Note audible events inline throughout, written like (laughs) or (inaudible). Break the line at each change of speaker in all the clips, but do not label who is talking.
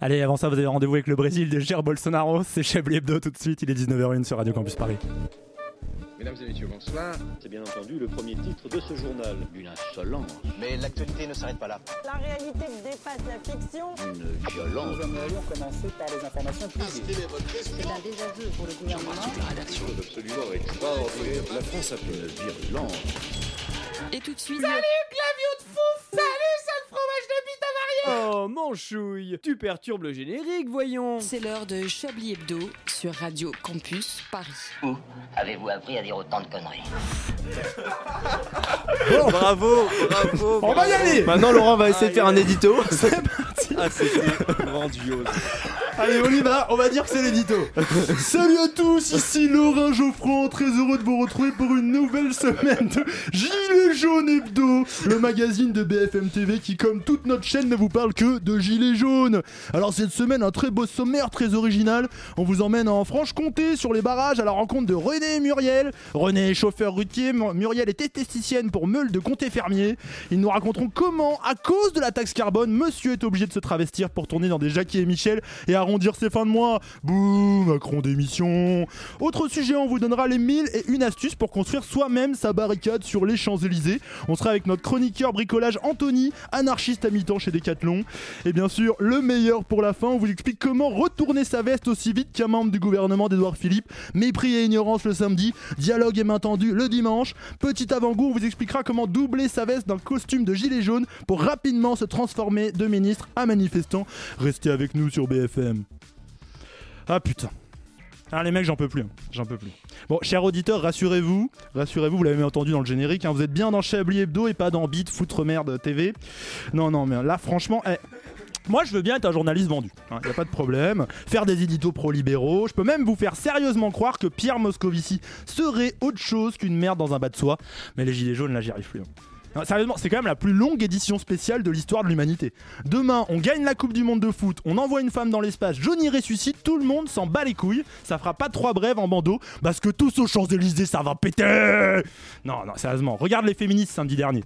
Allez, avant ça, vous avez rendez-vous avec le Brésil de Jair Bolsonaro. C'est Chablis Hebdo tout de suite. Il est 19h01 sur Radio Campus Paris.
Mesdames et messieurs, bonsoir.
C'est bien entendu le premier titre de ce journal. Une insolence.
Mais l'actualité ne s'arrête pas là.
La réalité dépasse la fiction.
Une violence.
Nous aimerions commencer par les informations publiques.
C'est un désaveu pour le gouvernement.
la rédaction est absolument extraordinaire. La France a fait une virulence.
Et tout de suite.
Salut, Clavio de fouf Salut, sale fromage de bite avarié
Oh, mon chouille Tu perturbes le générique, voyons
C'est l'heure de Chablis Hebdo sur Radio Campus Paris.
Oh.
Où avez-vous appris à dire autant de conneries
oh, Bravo, bravo
On va y aller
Maintenant, Laurent va essayer de faire un édito.
(laughs) C'est parti
Ah,
(laughs)
c'était grandiose
Allez, on y va, on va dire que c'est (laughs) l'édito.
Salut à tous, ici Laurent Geoffran, très heureux de vous retrouver pour une nouvelle semaine de Gilets jaunes hebdo, le magazine de BFM TV qui, comme toute notre chaîne, ne vous parle que de Gilets jaunes. Alors cette semaine, un très beau sommaire, très original. On vous emmène en Franche-Comté, sur les barrages, à la rencontre de René et Muriel. René est chauffeur rutier, Muriel est esthéticienne pour Meule de Comté-Fermier. Ils nous raconteront comment, à cause de la taxe carbone, monsieur est obligé de se travestir pour tourner dans des Jackie et Michel et à arrondir ses fins de mois. Boum, Macron démission. Autre sujet, on vous donnera les 1000 et une astuces pour construire soi-même sa barricade sur les Champs-Élysées. On sera avec notre chroniqueur bricolage Anthony, anarchiste à mi-temps chez Decathlon. Et bien sûr, le meilleur pour la fin, on vous explique comment retourner sa veste aussi vite qu'un membre du gouvernement d'Edouard Philippe. Mépris et ignorance le samedi, dialogue et main tendue le dimanche. Petit avant-goût, on vous expliquera comment doubler sa veste d'un costume de gilet jaune pour rapidement se transformer de ministre à manifestant. Restez avec nous sur BFM. Ah putain. Ah les mecs, j'en peux plus. J'en peux plus. Bon, chers auditeurs, rassurez-vous. Rassurez-vous, vous l'avez même entendu dans le générique. Hein, vous êtes bien dans Chablis Hebdo et pas dans Beat, foutre merde TV. Non, non, mais là, franchement, eh, moi, je veux bien être un journaliste vendu. Il hein, n'y a pas de problème. Faire des éditos pro-libéraux. Je peux même vous faire sérieusement croire que Pierre Moscovici serait autre chose qu'une merde dans un bas de soie. Mais les gilets jaunes, là, j'y arrive plus. Hein. Non, sérieusement, c'est quand même la plus longue édition spéciale de l'histoire de l'humanité. Demain, on gagne la Coupe du Monde de foot, on envoie une femme dans l'espace, Johnny ressuscite, tout le monde s'en bat les couilles, ça fera pas trois brèves en bandeau, parce que tous aux Champs-Élysées, ça va péter Non, non, sérieusement, regarde les féministes samedi dernier.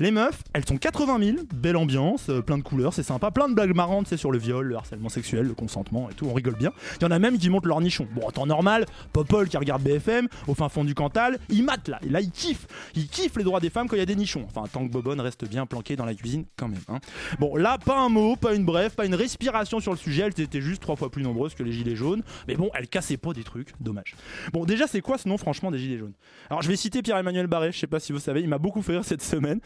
Les meufs, elles sont 80 000, belle ambiance, euh, plein de couleurs, c'est sympa, plein de blagues marrantes, c'est sur le viol, le harcèlement sexuel, le consentement et tout, on rigole bien. Il y en a même qui montent leur nichon. Bon, en temps normal, Popol qui regarde BFM, au fin fond du Cantal, il mate là, et là il kiffe, il kiffe les droits des femmes quand il y a des nichons. Enfin, tant que Bobonne reste bien planqué dans la cuisine, quand même. Hein. Bon, là, pas un mot, pas une brève, pas une respiration sur le sujet. Elles étaient juste trois fois plus nombreuses que les gilets jaunes. Mais bon, elles cassaient pas des trucs, dommage. Bon, déjà, c'est quoi ce nom, franchement, des gilets jaunes Alors, je vais citer Pierre-Emmanuel Barré, je sais pas si vous savez, il m'a beaucoup fait rire cette semaine.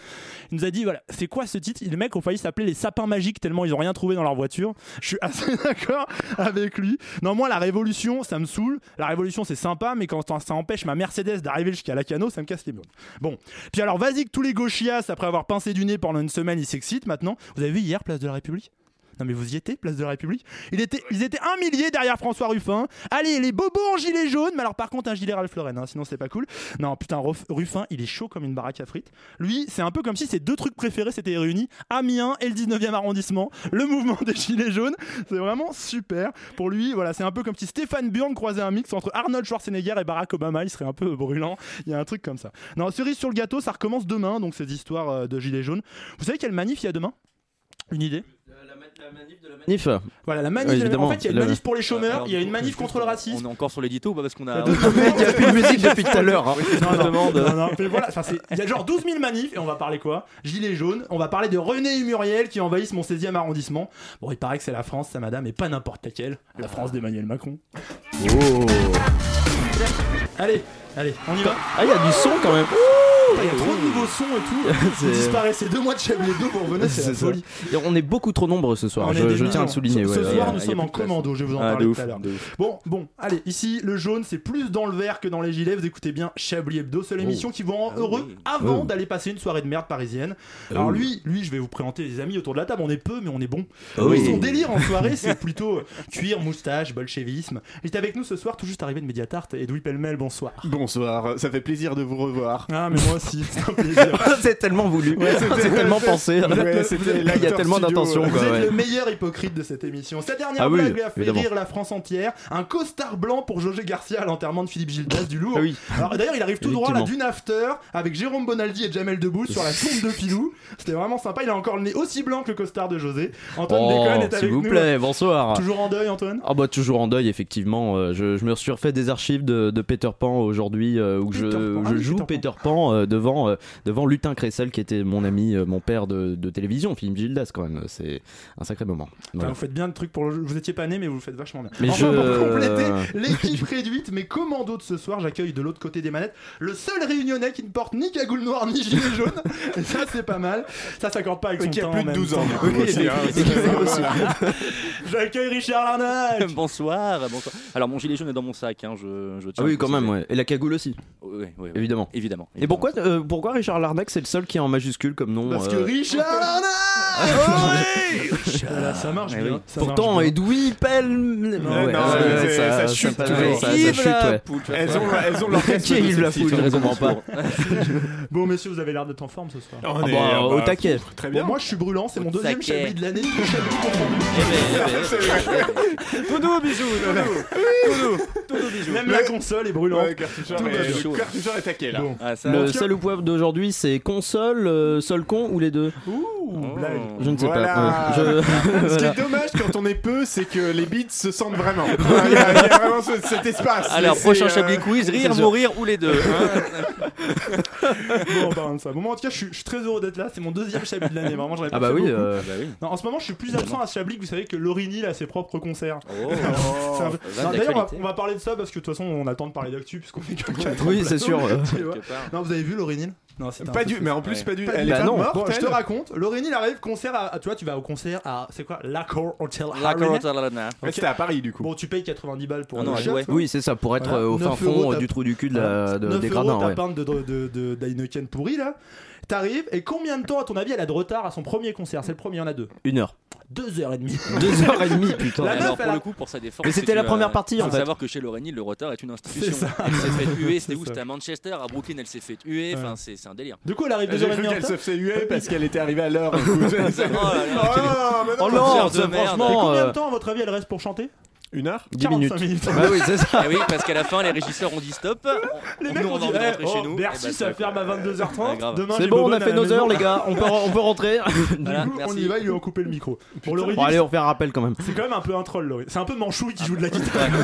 Il nous a dit voilà, c'est quoi ce titre Les mecs ont failli s'appeler les sapins magiques tellement ils ont rien trouvé dans leur voiture. Je suis assez (laughs) d'accord avec lui. Non, moi, la révolution, ça me saoule. La révolution, c'est sympa, mais quand ça empêche ma Mercedes d'arriver jusqu'à Lacano, ça me casse les bones. Bon, puis alors, vas-y que tous les gauchias, après avoir pincé du nez pendant une semaine, ils s'excitent maintenant. Vous avez vu hier Place de la République non mais vous y étiez, place de la République ils étaient, ils étaient un millier derrière François Ruffin. Allez, les bobos en gilet jaune, mais alors par contre un gilet Ralph Lauren, hein, sinon c'est pas cool. Non putain, Ruffin, il est chaud comme une baraque à frites. Lui, c'est un peu comme si ses deux trucs préférés s'étaient réunis, Amiens et le 19e arrondissement, le mouvement des gilets jaunes. C'est vraiment super. Pour lui, voilà, c'est un peu comme si Stéphane Burn croisait un mix entre Arnold Schwarzenegger et Barack Obama, il serait un peu brûlant. Il y a un truc comme ça. Non, cerise sur le gâteau, ça recommence demain, donc ces histoires euh, de gilets jaunes. Vous savez quelle manif il y a demain Une idée
la manif de la manif.
Voilà, la manif.
Ouais,
de la
évidemment.
manif. En fait, il y a une
Le-
manif pour les chômeurs,
Alors,
il y a une
du-
manif
juste,
contre le racisme.
On est encore sur l'édito ou pas parce qu'on
(laughs)
a.
Il y a (laughs) plus de
musique depuis tout à l'heure.
hein.
(laughs)
(laughs)
Non, non, hein. non, non, mais voilà, enfin, c'est- il y a (laughs) genre 12 000 manifs et on va parler quoi Gilets jaunes, on va parler de René et Muriel qui envahissent mon 16 e arrondissement. Bon, il paraît que c'est la France, ça madame, et pas n'importe laquelle. La France d'Emmanuel Macron.
Oh.
Allez, allez, on y va.
Ah, il y a du son quand même.
Il y a trop de nouveaux sons
(laughs)
et tout. Vous
C'est-
disparaissez deux mois de Chablis Hebdo pour venir, c'est la
ça.
folie.
Et On est beaucoup trop nombreux ce soir,
On est
je,
des
je tiens à
millions.
le souligner.
Ce
ouais, ouais,
soir,
ouais,
nous
il y a
sommes
plus
en
de place.
commando, je vais vous en
Ah, de
parler
ouf,
tout à l'heure.
de ouf.
Bon, bon, allez, ici, le jaune, c'est plus dans le vert que dans les gilets. Vous écoutez bien Chablis Hebdo, seule émission qui vous rend heureux avant
Ah Oh.
d'aller passer une soirée de merde parisienne. Alors,
Oh.
lui, lui, je vais vous présenter les amis autour de la table. On est peu, mais on est bon.
Oh oui.
Son délire en soirée, c'est plutôt euh, cuir, moustache, bolchevisme. Il est avec nous ce soir, tout juste arrivé de Mediatart. Edoui Pellemel, bonsoir.
Bonsoir, ça fait plaisir de vous revoir.
Ah, mais moi
merci, c'est un plaisir.
(laughs) c'est tellement voulu,
Ouais, c'était-
c'est tellement
c'est-
pensé. hein.
vous êtes le- vous êtes
il y a
l'acteur
tellement
studio, euh,
d'intention.
ouais.
quoi,
Vous êtes
ouais.
le meilleur hypocrite de cette émission. Sa dernière
Ah oui,
blague lui a fait
évidemment.
rire la France entière. Un costard blanc pour Jogé Garcia à l'enterrement de Philippe Gildas du Louvre.
Ah oui.
Alors d'ailleurs, il arrive tout droit là
Effectivement.
d'une after avec Jérôme Bonaldi et Jamel
(laughs)
Debbouze sur la tombe de Filou. C'était vraiment sympa. Il a encore le nez aussi blanc que le costard de José. Antoine Déconne
Oh,
est
s'il
avec
vous
nous.
plaît, bonsoir.
Toujours en deuil, Antoine
Ah bah toujours en deuil effectivement. Euh, je, je me suis refait des archives de, de Peter Pan aujourd'hui euh, où je,
Peter Pan.
où
Ah
je
oui,
joue
Peter
Peter, Pan euh, devant euh, devant Lutin Cressel qui était mon ami, euh, mon père de, de télévision, Philippe Gildas quand même. C'est un sacré moment.
Enfin,
Voilà.
vous faites bien le truc pour le jeu. Vous étiez pas né, mais vous le faites vachement bien.
Mais je-
enfin,
(laughs)
pour compléter l'équipe réduite, mais commando de ce soir, j'accueille de l'autre côté des manettes le seul réunionnais qui ne porte ni cagoule noire ni gilet (laughs) jaune. Et ça, c'est pas mal. Ça s'accorde pas avec son
Qui a
temps,
plus de
même
12
temps.
ans.
Oui,
aussi, hein,
mais- (laughs) J'accueille Richard Larnac.
(laughs) bonsoir, bonsoir. Alors mon gilet jaune est dans mon sac, hein, je, je
Ah
tiens à
oui
le
quand
préciser.
même ouais. Et la cagoule aussi.
Oui, oui, oui.
Évidemment.
Évidemment.
Et pourquoi euh, pourquoi Richard Larnac c'est le seul qui est en majuscule comme nom
Parce que
euh,
Richard Larnac Voilà, Euh, Ça marche
Eh
bien.
oui.
ça marche
Pourtant,
bien.
Edoui, Pelle.
Mmh, Ah bah Ouais, non, mais c'est- ça chute toujours. Yves Lapoule. Elles ont- elles ont (laughs) leur casque
Qui est Yves
de
Lapoule Je
sexy,
ne comprends
sur le
pas.
(laughs) Bon, messieurs, vous avez l'air d'être en forme ce soir.
On Ah est, bah, euh, au bah, taquet. pff,
Très
très
bien.
bien.
moi, je suis brûlant, c'est mon deuxième
taquet.
chablis de l'année. tout (laughs) chablis confondu. ben, eh
Doudou, bisous, doudou. Doudou, bisous.
Même la console est brûlante.
Ouais, cartoucheur
Tout
est-
va bien.
le cartoucheur est taqué là.
Bon.
Ah, ça-
Le
En tout cas,
seul ou poivre d'aujourd'hui, c'est console, euh, seul con ou les deux
blague.
Je ne sais
Oh. Voilà.
pas. ouais. Je-
(laughs)
(laughs)
Ce qui
Voilà.
est dommage quand on est peu, c'est que les beats se sentent vraiment. Il y a, il y a vraiment ce- cet espace.
Alors,
C'est,
prochain
euh,
Chablis Quiz, rire,
c'est-
mourir ou les deux. hein.
(laughs) bon, bah, ça. Bon, moi, en tout cas, je suis, je suis très heureux d'être là. C'est mon deuxième Chablis de l'année. Vraiment, j'aurais
Ah
pas
bah
fait
oui,
beaucoup.
euh, bah oui.
Non, en ce moment, je suis plus absent à ce Chablis que vous savez que Lorini a ses propres concerts.
Oh.
(laughs) C'est un peu-
Vague
Non, D'ailleurs, on va-
d'actualité.
on va parler de ça parce que de toute façon, on a le temps de parler d'actu puisqu'on fait que quatre
Oui,
en
c'est
plateau,
sûr. euh.
tu vois.
Quelque part.
Non, vous avez vu Lorini Non, c'était un
Pas
peu
du-
triste.
mais en plus, pas du- elle est
Bah
pas
non.
morte,
Bon, je te
elle.
raconte. Lorini, il arrive concert à. Tu vois, tu vas au concert à. C'est quoi L'Accor Hotel
L'Accor
Arena.
Hotel Arena.
Ok.
Ouais, C'était à Paris du coup.
Bon, tu payes 90 balles pour
Ah
un
non,
shot,
elle jouait.
quoi.
Oui, c'est ça, pour être
Voilà,
euh, au fin
9 euros,
fond euh,
t'as-
du trou du cul de la- de-
9
des
euros,
gradins.
ta
ouais.
pinte de, de, de, d'Heineken pourrie là. T'arrives et combien de temps à ton avis elle a de retard à son premier concert C'est le premier, il y en a deux.
Une heure.
Deux heures et demie.
(laughs) Deux heures et demie, putain.
La
Mais
meuf,
alors, pour
elle a-
le coup, pour sa défense.
Mais
si
c'était
tu
la
veux,
première
euh,
partie, en
faut
fait.
savoir que chez Lorraine, le retard est une institution.
C'est ça.
Elle s'est fait huer, c'était
C'est
où
ça.
C'était à Manchester, à Brooklyn, elle s'est fait huer.
Ouais.
Enfin, c'est c'est un délire.
Du coup, elle arrive deux
J'ai
heures et
cru
demie en
qu'elle
retard.
se faisait huer parce qu'elle était arrivée à l'heure. (laughs) du coup.
Ah,
Oh, mais non.
Oh non,
concert de
ça,
merde.
Et
franchement.
combien
euh,
de temps à votre avis elle reste pour chanter
Une heure
10
45
minutes.
minutes.
Bah oui, c'est ça.
Ah oui, parce qu'à la fin, les régisseurs ont dit stop.
Les
Nous,
mecs
on
ont
a
dit
envie de rentrer
eh,
chez
oh,
nous.
Bercy
Eh ben,
ça
c'est-
ferme à
Ouais,
22h30.
grave.
Demain,
C'est
j'ai
bon, on
Bobonne
a
à
fait
la
nos
maison.
heures, les gars. On peut on peut rentrer. (laughs)
Voilà,
Du coup, on
merci.
y va, ils lui ont coupé le micro. Pour Laurie,
Bon, allez, on fait un rappel quand même. Ah,
c'est quand même un peu un troll, Laurie. C'est un peu Manchouille qui joue de la guitare. (laughs)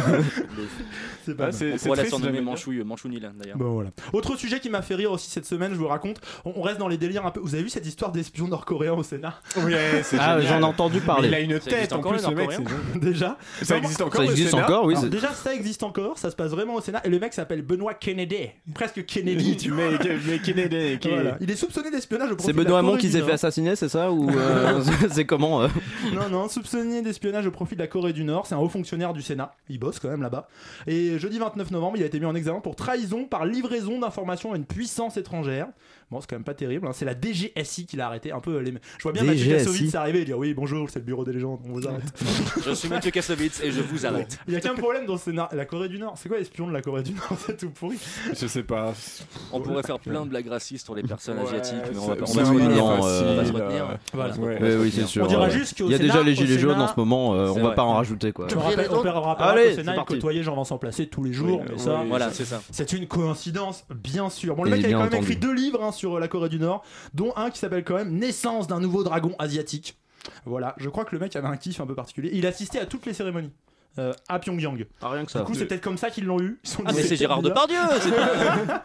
C'est pas
Ah,
mal.
c'est-
On
c'est
pourrait la
triste,
surnommer
j'aime bien.
Manchouille, Manchounil d'ailleurs.
Bon, voilà. Autre sujet qui m'a fait rire aussi cette semaine, je vous raconte. On, on reste dans les délires un peu. Vous avez vu cette histoire d'espion nord-coréen au Sénat
Oui, c'est
Ah,
génial.
j'en ai entendu
Mais Il a
parler.
une
Ça existe
tête en
encore,
plus,
les
le mec.
Nord-Coréens
(laughs)
c'est-
Déjà.
Ça existe encore
Ça
le
existe
Sénat
encore, oui.
Alors,
c'est-
déjà, ça existe encore, ça se passe vraiment au Sénat. Et le mec s'appelle Benoît Kennedy. Presque Kennedy, tu
Tu mets mets Kennedy. qui-
Voilà. Il est soupçonné d'espionnage au profit
C'est
de la
Benoît Hamon
Corée
qui
du
s'est
Nord.
fait assassiner, c'est ça Ou
(laughs)
euh, (laughs) c'est comment euh
Non, non, soupçonné d'espionnage au profit de la Corée du Nord. C'est un haut fonctionnaire du Sénat. Il bosse quand même là-bas. Et jeudi 29 novembre, il a été mis en examen pour trahison par livraison d'informations à une puissance étrangère. Bon, c'est quand même pas terrible. hein. C'est la DGSI qui l'a arrêté. Un peu euh, les... Je vois bien Mathieu
DGSI.
Kassovitz arriver et dire Oui, bonjour, c'est le bureau des légendes, on vous arrête.
Je suis Mathieu Kassovitz et je vous arrête.
Il y a qu'un problème dans le Sénat. La Corée du Nord, c'est quoi espion de la Corée du Nord (laughs) C'est tout pourri.
Je sais pas.
On pourrait faire plein de blagues racistes sur les personnes asiatiques, mais on va pas
c'est-
on va se
oui,
retenir.
non, euh,
On va se retenir.
Voilà.
Oui, oui, c'est sûr.
On dira
ouais.
juste qu'au
Il y a déjà
Sénat-
les
au
gilets jaunes en
Sénat-
ce moment, euh,
C'est
on va
vrai.
pas en rajouter quoi.
Je me rappelle- On peut rappeler
Allez,
qu'au Sénat,
c'est
il
parti.
côtoyait Jean-Vincent Placé tous les jours. mais ça,
Voilà, c'est ça.
C'est une coïncidence, bien sûr. Bon, le
Et
mec a
bien
quand même
entendu.
écrit deux livres hein, sur euh, la Corée du Nord, dont un qui s'appelle quand même Naissance d'un nouveau dragon asiatique. Voilà, je crois que le mec avait un kiff un peu particulier. Il assistait à toutes les cérémonies. euh, à Pyongyang.
rien que
Du coup, c'est peut-être comme ça qu'ils l'ont eu. Ils se sont
Ah,
dit,
mais c'est Gérard
bizarre.
Depardieu c'est pas-
(laughs)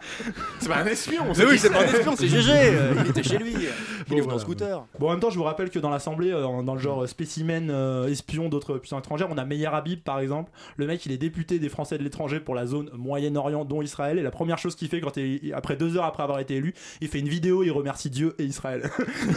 C'est pas un espion.
Mais oui, c'est pas un espion, c'est GG euh, Il était chez lui Il est venu en
voilà.
scooter
Bon, en même temps, je vous rappelle que dans l'Assemblée, euh, dans dans le genre euh, spécimen euh, espion d'autres puissances étrangères, on a Meyer Habib par exemple. Le mec, il est député des Français de l'étranger pour la zone Moyen-Orient, dont Israël. Et la première chose qu'il fait quand il- après deux heures après avoir été élu, il fait une vidéo, il remercie Dieu et Israël.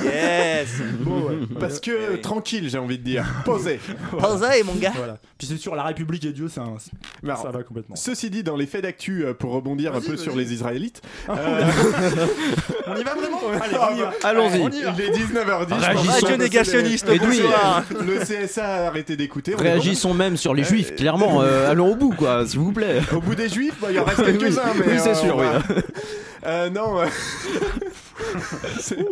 Yes
(laughs) Bon, ouais.
Parce que
Eh oui.
tranquille, j'ai envie de dire. Posé.
Banzai, mon gars
Voilà. Puis c'est sûr, la République et Dieu, c'est un-
Mais alors,
ça va complètement.
Ceci dit, dans les faits d'actu, euh, pour rebondir un
Vas-y,
peu
vas-y.
sur les Israélites,
Ah,
euh, (laughs)
On y va vraiment Allez, on y va.
Allons-y.
On y va.
il est
Réagissons.
19h10. je pense
Ah, Radio
que
négationniste,
c'est-
bonsoir.
Le CSA a arrêté d'écouter. on est
Réagissons même sur les juifs, (laughs) clairement. euh, allons euh, au bout, quoi, s'il vous plaît.
Au bout des juifs, bah, il y en reste
Oui,
quelques-uns,
oui,
mais.
c'est sûr,
on va- Euh, non. euh, (laughs) c'est- ouais,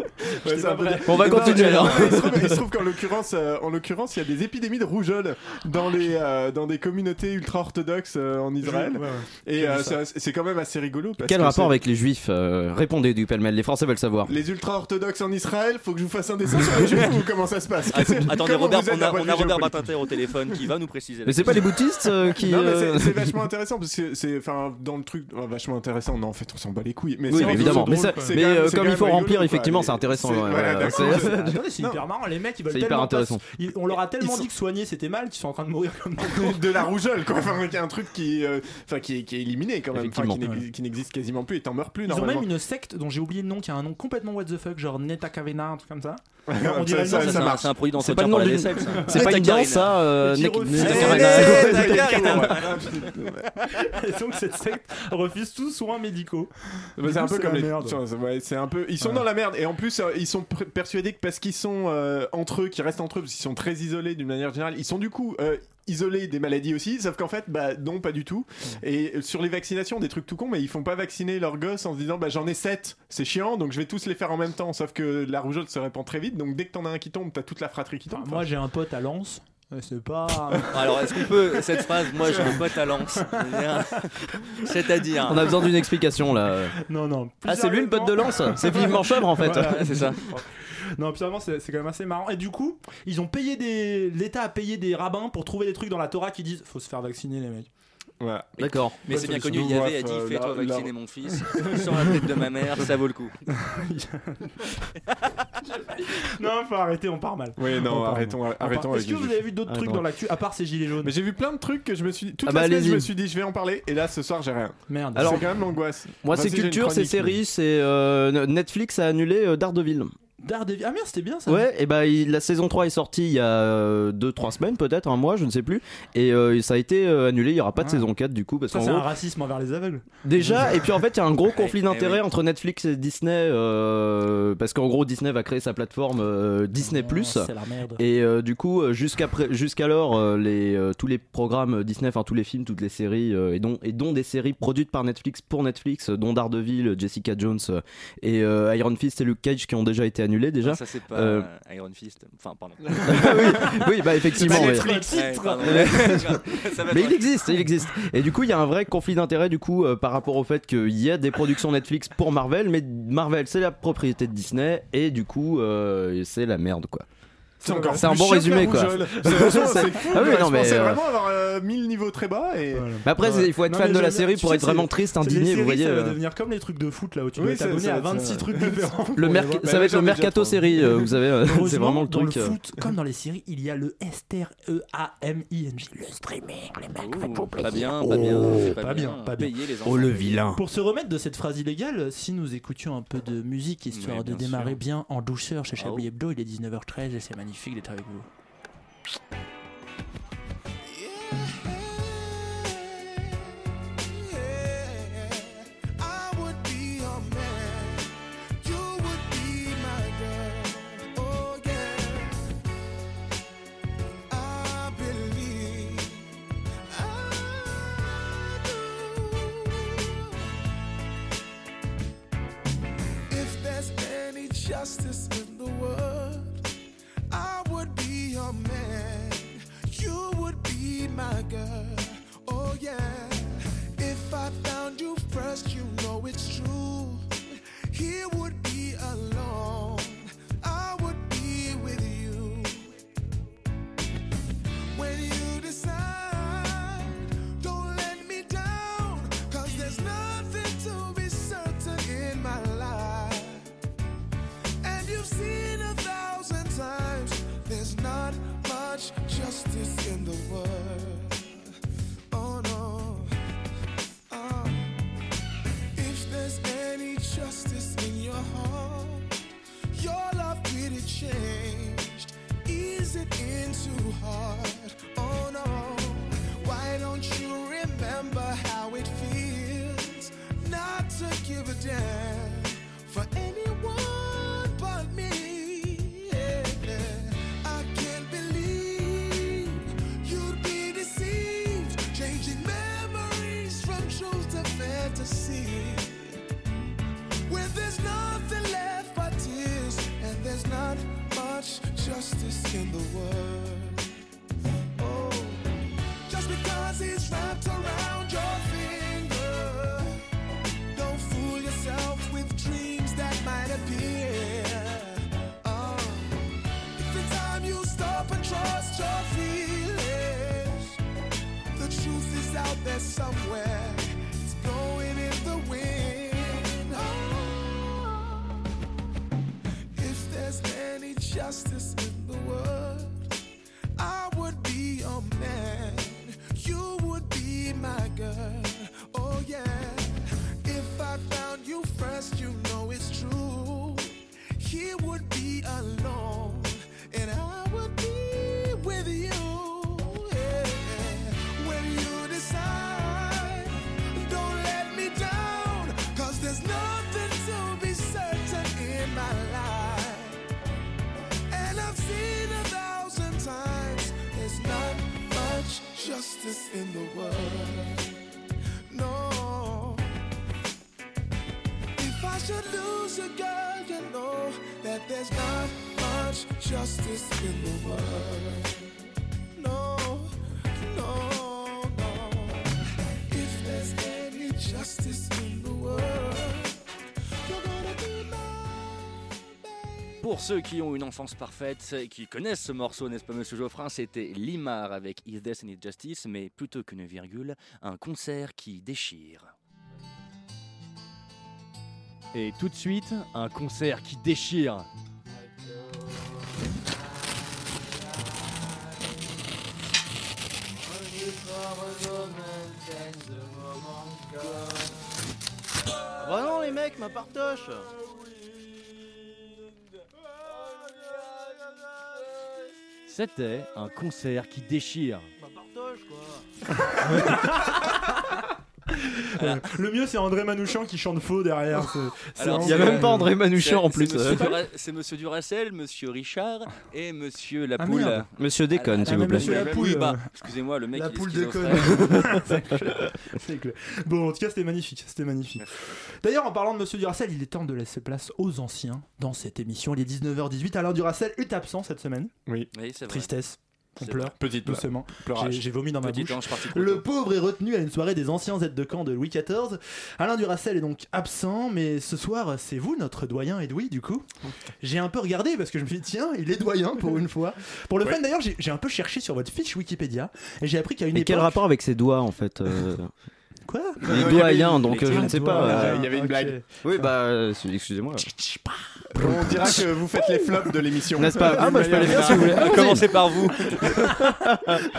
c'est un peu
prêt.
dur.
Bon, on va
Non,
continuer,
euh,
alors.
non, Il se trouve, il se trouve qu'en l'occurrence, euh, en l'occurrence, il y a des épidémies de rougeole dans les euh, dans des communautés ultra orthodoxes euh, en Israël.
ouais, ouais.
Et
J'ai vu
euh,
ça.
c'est c'est quand même assez rigolo. Parce
Quel
que
rapport
c'est-
avec les juifs euh, Répondez du pêle-mêle, les Français veulent savoir.
les ultra-orthodoxes en Israël, faut que je vous fasse un dessin
(laughs)
sur les juifs ou comment ça se passe
Ah,
(laughs)
Attendez,
Comment
Robert,
vous êtes
on
d'un
a,
point de
on a
vue
Robert
géopolitique
Batinter au téléphone qui va nous préciser. la
Mais c'est pas les
chose.
bouddhistes euh, qui.
Non, mais c'est-
euh, (laughs)
c'est vachement intéressant parce que c'est enfin dans le truc oh, vachement intéressant. Non, en fait, on s'en bat les couilles. Mais
Oui,
c'est-
mais évidemment.
c'est
Mais
drôle,
ça-
c'est
mais,
quand même-
euh,
c'est
comme
quand
il faut
même
remplir,
rigolo,
effectivement,
quoi.
c'est intéressant,
C'est-
ouais, ouais,
voilà, d'accord,
ouais,
c'est-
c'est-
Attendez, c'est hyper marrant, les mecs ils veulent
C'est hyper
tellement pas-
intéressant.
ils- on leur a tellement
sont-
dit que soigner c'était mal qu'ils sont en train de mourir comme des
(laughs) de la rougeole quoi enfin il y a un truc qui euh, enfin qui, est- qui est éliminé quand même enfin, qui
Effectivement.
n'ex- qui n'existe quasiment plus et t'en meurs plus
Ils ont
normalement
même une secte dont j'ai oublié le nom qui a un nom complètement what the fuck, genre Neta Kavena, un truc comme ça.
(laughs) Ça, ça, ça marche. C'est un produit
d'entretien
pas le nom pour la d'une- vaisselle, ça. c'est pas une danse, ça, euh,
Et qui
Nek-
refuse-
Neta
Eh,
Kavena.
Neta
Neta
Kavena.
Kavena.
(laughs)
Et donc cette secte refuse tout soins médicaux.
Bah,
Du
c'est un
coup,
peu comme
la
les
merde.
tu vois, c'est- ouais, c'est un peu ils sont
Ouais.
dans la merde et en plus euh, ils sont pr- persuadés que parce qu'ils sont euh, entre eux qu'ils restent entre eux parce qu'ils sont très isolés d'une manière générale ils sont du coup euh, isolés des maladies aussi sauf qu'en fait bah non pas du tout et euh, sur les vaccinations des trucs tout con mais ils font pas vacciner leurs gosses en se disant bah j'en ai 7 c'est chiant donc je vais tous les faire en même temps sauf que la rougeole se répand très vite donc dès que t'en as un qui tombe t'as toute la fratrie qui tombe
Bah, Moi j'ai un pote à Lens, mais c'est pas.
Alors, est-ce qu'on peut cette phrase Moi, je veux pas Ah,
(laughs)
ta lance. C'est-à-dire.
On a besoin d'une explication là.
Non, non.
Ah, c'est lui le pote de lance C'est Philippe Manchevre en fait.
Voilà.
C'est ça.
Non, puis vraiment, c'est c'est quand même assez marrant. Et du coup, ils ont payé des. L'État a payé des rabbins pour trouver des trucs dans la Torah qui disent faut se faire vacciner, les mecs.
D'accord.
Mais c'est bien connu, il y avait a dit
euh,
fais-toi
la- la-
vacciner mon fils, (laughs) sans la tête de ma mère, ça vaut le coup.
(laughs) Non, faut arrêter, on part mal.
Oui, non,
On part
arrêtons-
mal. On part-
arrêtons avec
Est-ce que
les
vous
juifs.
avez vu d'autres
Ah,
trucs
non.
dans l'actu, à part ces gilets jaunes
Mais j'ai vu plein de trucs que je me suis dit. Toute
Ah bah,
la semaine,
allez-y.
je me suis dit, je vais en parler. Et là, ce soir, j'ai rien.
Merde.
Alors,
Alors-
c'est quand même l'angoisse.
Moi,
Vas-y,
c'est
j'ai une
culture, c'est
chronique.
série, c'est euh, Netflix a annulé euh, Daredevil.
Daredevil. Ah merde, c'était bien ça.
Ouais, et bah il- la saison 3 est sortie il y a 2-3 semaines, peut-être, un mois, je ne sais plus. Et euh, ça a été euh, annulé, il n'y aura pas de saison 4 du coup. Parce
Ça,
qu'en
c'est un
gros,
racisme envers les aveugles.
Déjà, et puis en fait, il y a un gros conflit
eh
d'intérêts
oui.
entre Netflix et Disney, euh, parce qu'en gros, Disney va créer sa plateforme euh, Disney+.
Ah, c'est la merde.
Et euh, du coup, euh, jusqu'après- jusqu'alors, euh, les, euh, tous les programmes Disney, enfin tous les films, toutes les séries, euh, et, dont, et dont des séries produites par Netflix pour Netflix, euh, dont Daredevil, Jessica Jones euh, et euh, Iron Fist et Luke Cage, qui ont déjà été annulés
Ah,
déjà.
Ça, c'est pas
Euh,
euh, Iron Fist. Enfin, pardon.
(laughs) oui, oui, bah effectivement.
C'est
ouais.
Netflix. Ouais,
(laughs)
pardon.
Ouais.
(laughs) Ça va être
Mais
vrai.
il existe, il existe. Et du coup, il y a un vrai conflit d'intérêt du coup euh, par rapport au fait qu'il y a des productions Netflix pour Marvel, mais Marvel c'est la propriété de Disney et du coup euh, c'est la merde quoi.
C'est encore
C'est un
plus
bon
chiant que la
résumé quoi.
rougeole. (laughs) C'est franchement, c'est fou.
Ah oui,
je
non, mais,
pensais
euh,
vraiment avoir euh, 1000 niveaux très bas. Et... euh,
Mais après, c'est- il faut être
Non,
fan
mais
de la
j'aime bien.
série
Tu
pour
sais,
être vraiment
c'est-
triste,
c'est les
indigné, vous
séries,
voyez.
Ça va
euh,
devenir comme les trucs de foot là où tu dois
Oui, ça-
t'abonner
ça-
à
ça-
26 trucs différents.
Le
pour les
merc-
voir.
ça va être
Bah
le
Jamais déjà
mercato
entendu.
série, euh, vous savez, euh, c'est
Heureusement,
vraiment le
dans
truc. euh,
foot, comme dans les séries, il y a le STR E A M I N G, le streaming, les mecs. faites-vous
Pas bien,
plaisir.
pas bien,
Oh,
c'est
pas bien, pas bien.
Payez les enfants.
Oh, Pour se remettre de cette phrase illégale, si nous écoutions un peu de musique histoire
Oui,
de
bien
démarrer
sûr.
bien en douceur chez
Ah,
Chablis
oh.
Hebdo, il est 19h13 et c'est magnifique d'être avec vous.
I would be your man. You would be my girl. Oh yeah. I believe. I do. If there's any justice in the world, I would be your man. You would be my girl. Oh yeah. If I found you first, you know it's true. He would be alone. I would be with you. When you decide, don't let me down. Cause there's nothing to be certain in my life. And you've seen Oh, Uh, Oh, Oh, Oh. out there somewhere. It's blowing in the wind. Oh. If there's any justice in the world, I would be your man. You would be my girl. Oh, yeah. If I found you first, you know it's true. He would be alone, and I would be with you. Yeah. When you decide, don't let me down, cause there's nothing to be certain in my life. And I've seen a thousand times there's not much justice in the world. No. If I should lose a girl, you know that there's not much justice in the world. No, no, no. If there's any justice in the world, you're gonna be my.
Pour ceux qui ont une enfance parfaite et qui connaissent ce morceau, n'est-ce pas, monsieur Geoffrin C'était Limar avec Is Death and Is Justice, mais plutôt qu'une virgule, un concert qui déchire. Et tout de suite, un concert qui déchire.
Bah non, les mecs, ma
(laughs)
partoche
C'était un concert qui déchire.
Voilà. Le mieux, c'est André Manouchian qui chante faux derrière. Hein, c'est- c'est
Alors,
un-
c'est-
André Manouchian,
c'est-
en plus.
c'est monsieur Dura-
hein.
C'est monsieur Duracell, monsieur Richard et monsieur La
Ah,
Poule.
merde. Monsieur Déconne,
Ah,
s'il vous
mais
plaît.
monsieur
Oui,
La
bah,
Poule,
oui,
bah,
euh,
excusez-moi, le mec
La
il est
poule
(laughs)
déconne.
schizophrène.
C'est clair, c'est clair. Bon, en tout cas, c'était magnifique. C'était magnifique. D'ailleurs, en parlant de Monsieur Duracell, il est temps de laisser place aux anciens dans cette émission. Il est 19h18. Alain Duracell est absent cette semaine.
Oui.
Oui, c'est vrai.
Tristesse. On
C'est
pleure.
vrai. Petite pleure.
doucement.
Pleurage.
J'ai j'ai vomi dans ma
Petit
bouche.
ange parti trop
Le
tôt.
pauvre est retenu à une soirée des anciens aides de camp de Louis XIV. Alain Duracell est donc absent, mais ce soir, c'est vous, notre doyen Edoui, du coup. J'ai un peu regardé parce que je me suis dit, tiens, il est doyen pour une fois. Pour le fun, d'ailleurs, j'ai j'ai un peu cherché sur votre fiche Wikipédia et j'ai appris qu'à une
Et
époque.
quel rapport avec ses doigts en fait euh,
(laughs) Quoi
Les doyens, donc euh, je ne sais pas. euh,
Il y avait une
ok.
blague.
Oui, bah, euh, excusez-moi.
On dira que vous faites les flops de l'émission.
N'est-ce pas Ah, bah, je peux les faire si vous voulez. Allons-y.
Commencez par
(laughs)
(laughs)
vous.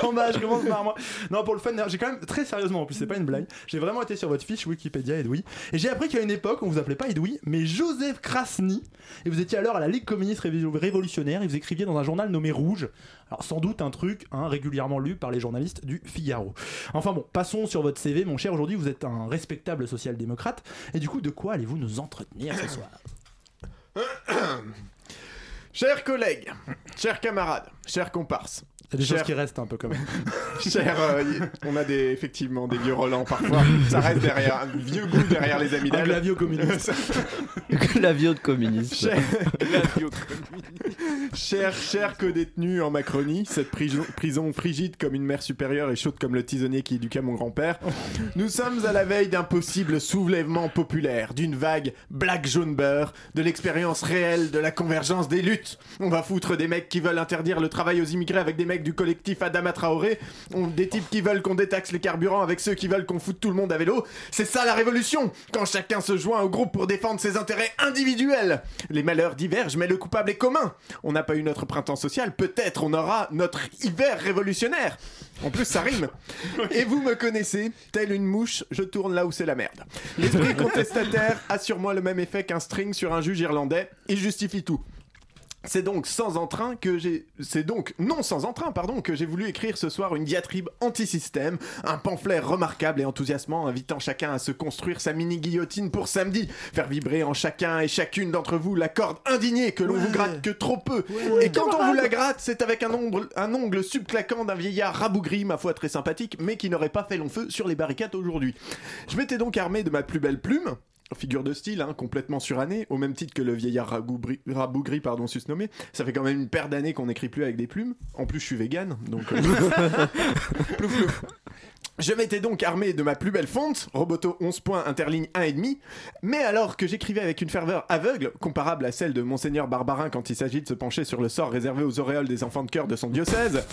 Bon bah, je commence par moi. Non, pour le fun, j'ai quand même très sérieusement, en plus, c'est pas une blague. J'ai vraiment été sur votre fiche Wikipédia, Edoui. Et j'ai appris qu'à une époque, on vous appelait pas Edoui, mais Joseph Krasny. Et vous étiez alors à la Ligue communiste révo- révolutionnaire et vous écriviez dans un journal nommé Rouge. Alors, sans doute un truc hein, régulièrement lu par les journalistes du Figaro. Enfin bon, passons sur votre CV, mon cher. Aujourd'hui, vous êtes un respectable social-démocrate. Et du coup, de quoi allez-vous nous entretenir ce soir
Chers collègues, chers camarades, chers comparses.
Il y a des
chers-
choses qui restent un peu quand même.
chers, euh, y- on a des, effectivement des vieux Roland parfois. Ça reste derrière un vieux goût derrière les amygdales.
Un glavio
(laughs)
communiste.
(laughs) La vie de communiste.
Cher- Cher, cher que détenu en Macronie, cette prison, prison frigide comme une mer supérieure et chaude comme le tisonnier qui éduqua mon grand-père, nous sommes à la veille d'un possible soulèvement populaire, d'une vague black jaune beurre, de l'expérience réelle de la convergence des luttes. On va foutre des mecs qui veulent interdire le travail aux immigrés avec des mecs du collectif Adama Traoré, on, des types qui veulent qu'on détaxe les carburants avec ceux qui veulent qu'on foute tout le monde à vélo. C'est ça la révolution, quand chacun se joint au groupe pour défendre ses intérêts individuels. Les malheurs divergent, mais le coupable est commun. On n'a pas eu notre printemps social, peut-être on aura notre hiver révolutionnaire. En plus, ça rime. Et vous me connaissez, telle une mouche, je tourne là où c'est la merde. L'esprit contestataire a sur moi le même effet qu'un string sur un juge irlandais. Il justifie tout. C'est donc sans entrain que j'ai, c'est donc non sans entrain pardon que j'ai voulu écrire ce soir une diatribe anti-système, un pamphlet remarquable et enthousiasmant invitant chacun à se construire sa mini guillotine pour samedi, faire vibrer en chacun et chacune d'entre vous la corde indignée que l'on vous gratte que trop peu. et quand on vous la gratte, c'est avec un ongle, un ongle subclaquant d'un vieillard rabougri, ma foi très sympathique, mais qui n'aurait pas fait long feu sur les barricades aujourd'hui. Je m'étais donc armé de ma plus belle plume. Figure de style, hein, complètement surannée, au même titre que le vieillard ragoubri- rabougri, pardon, susnommé. Ça fait quand même une paire d'années qu'on n'écrit plus avec des plumes. En plus, je suis vegan, donc. euh, (laughs) plouf, plouf. Je m'étais donc armé de ma plus belle fonte, Roboto 11 points, interligne 1,5, mais alors que j'écrivais avec une ferveur aveugle, comparable à celle de Monseigneur Barbarin quand il s'agit de se pencher sur le sort réservé aux auréoles des enfants de cœur de son diocèse,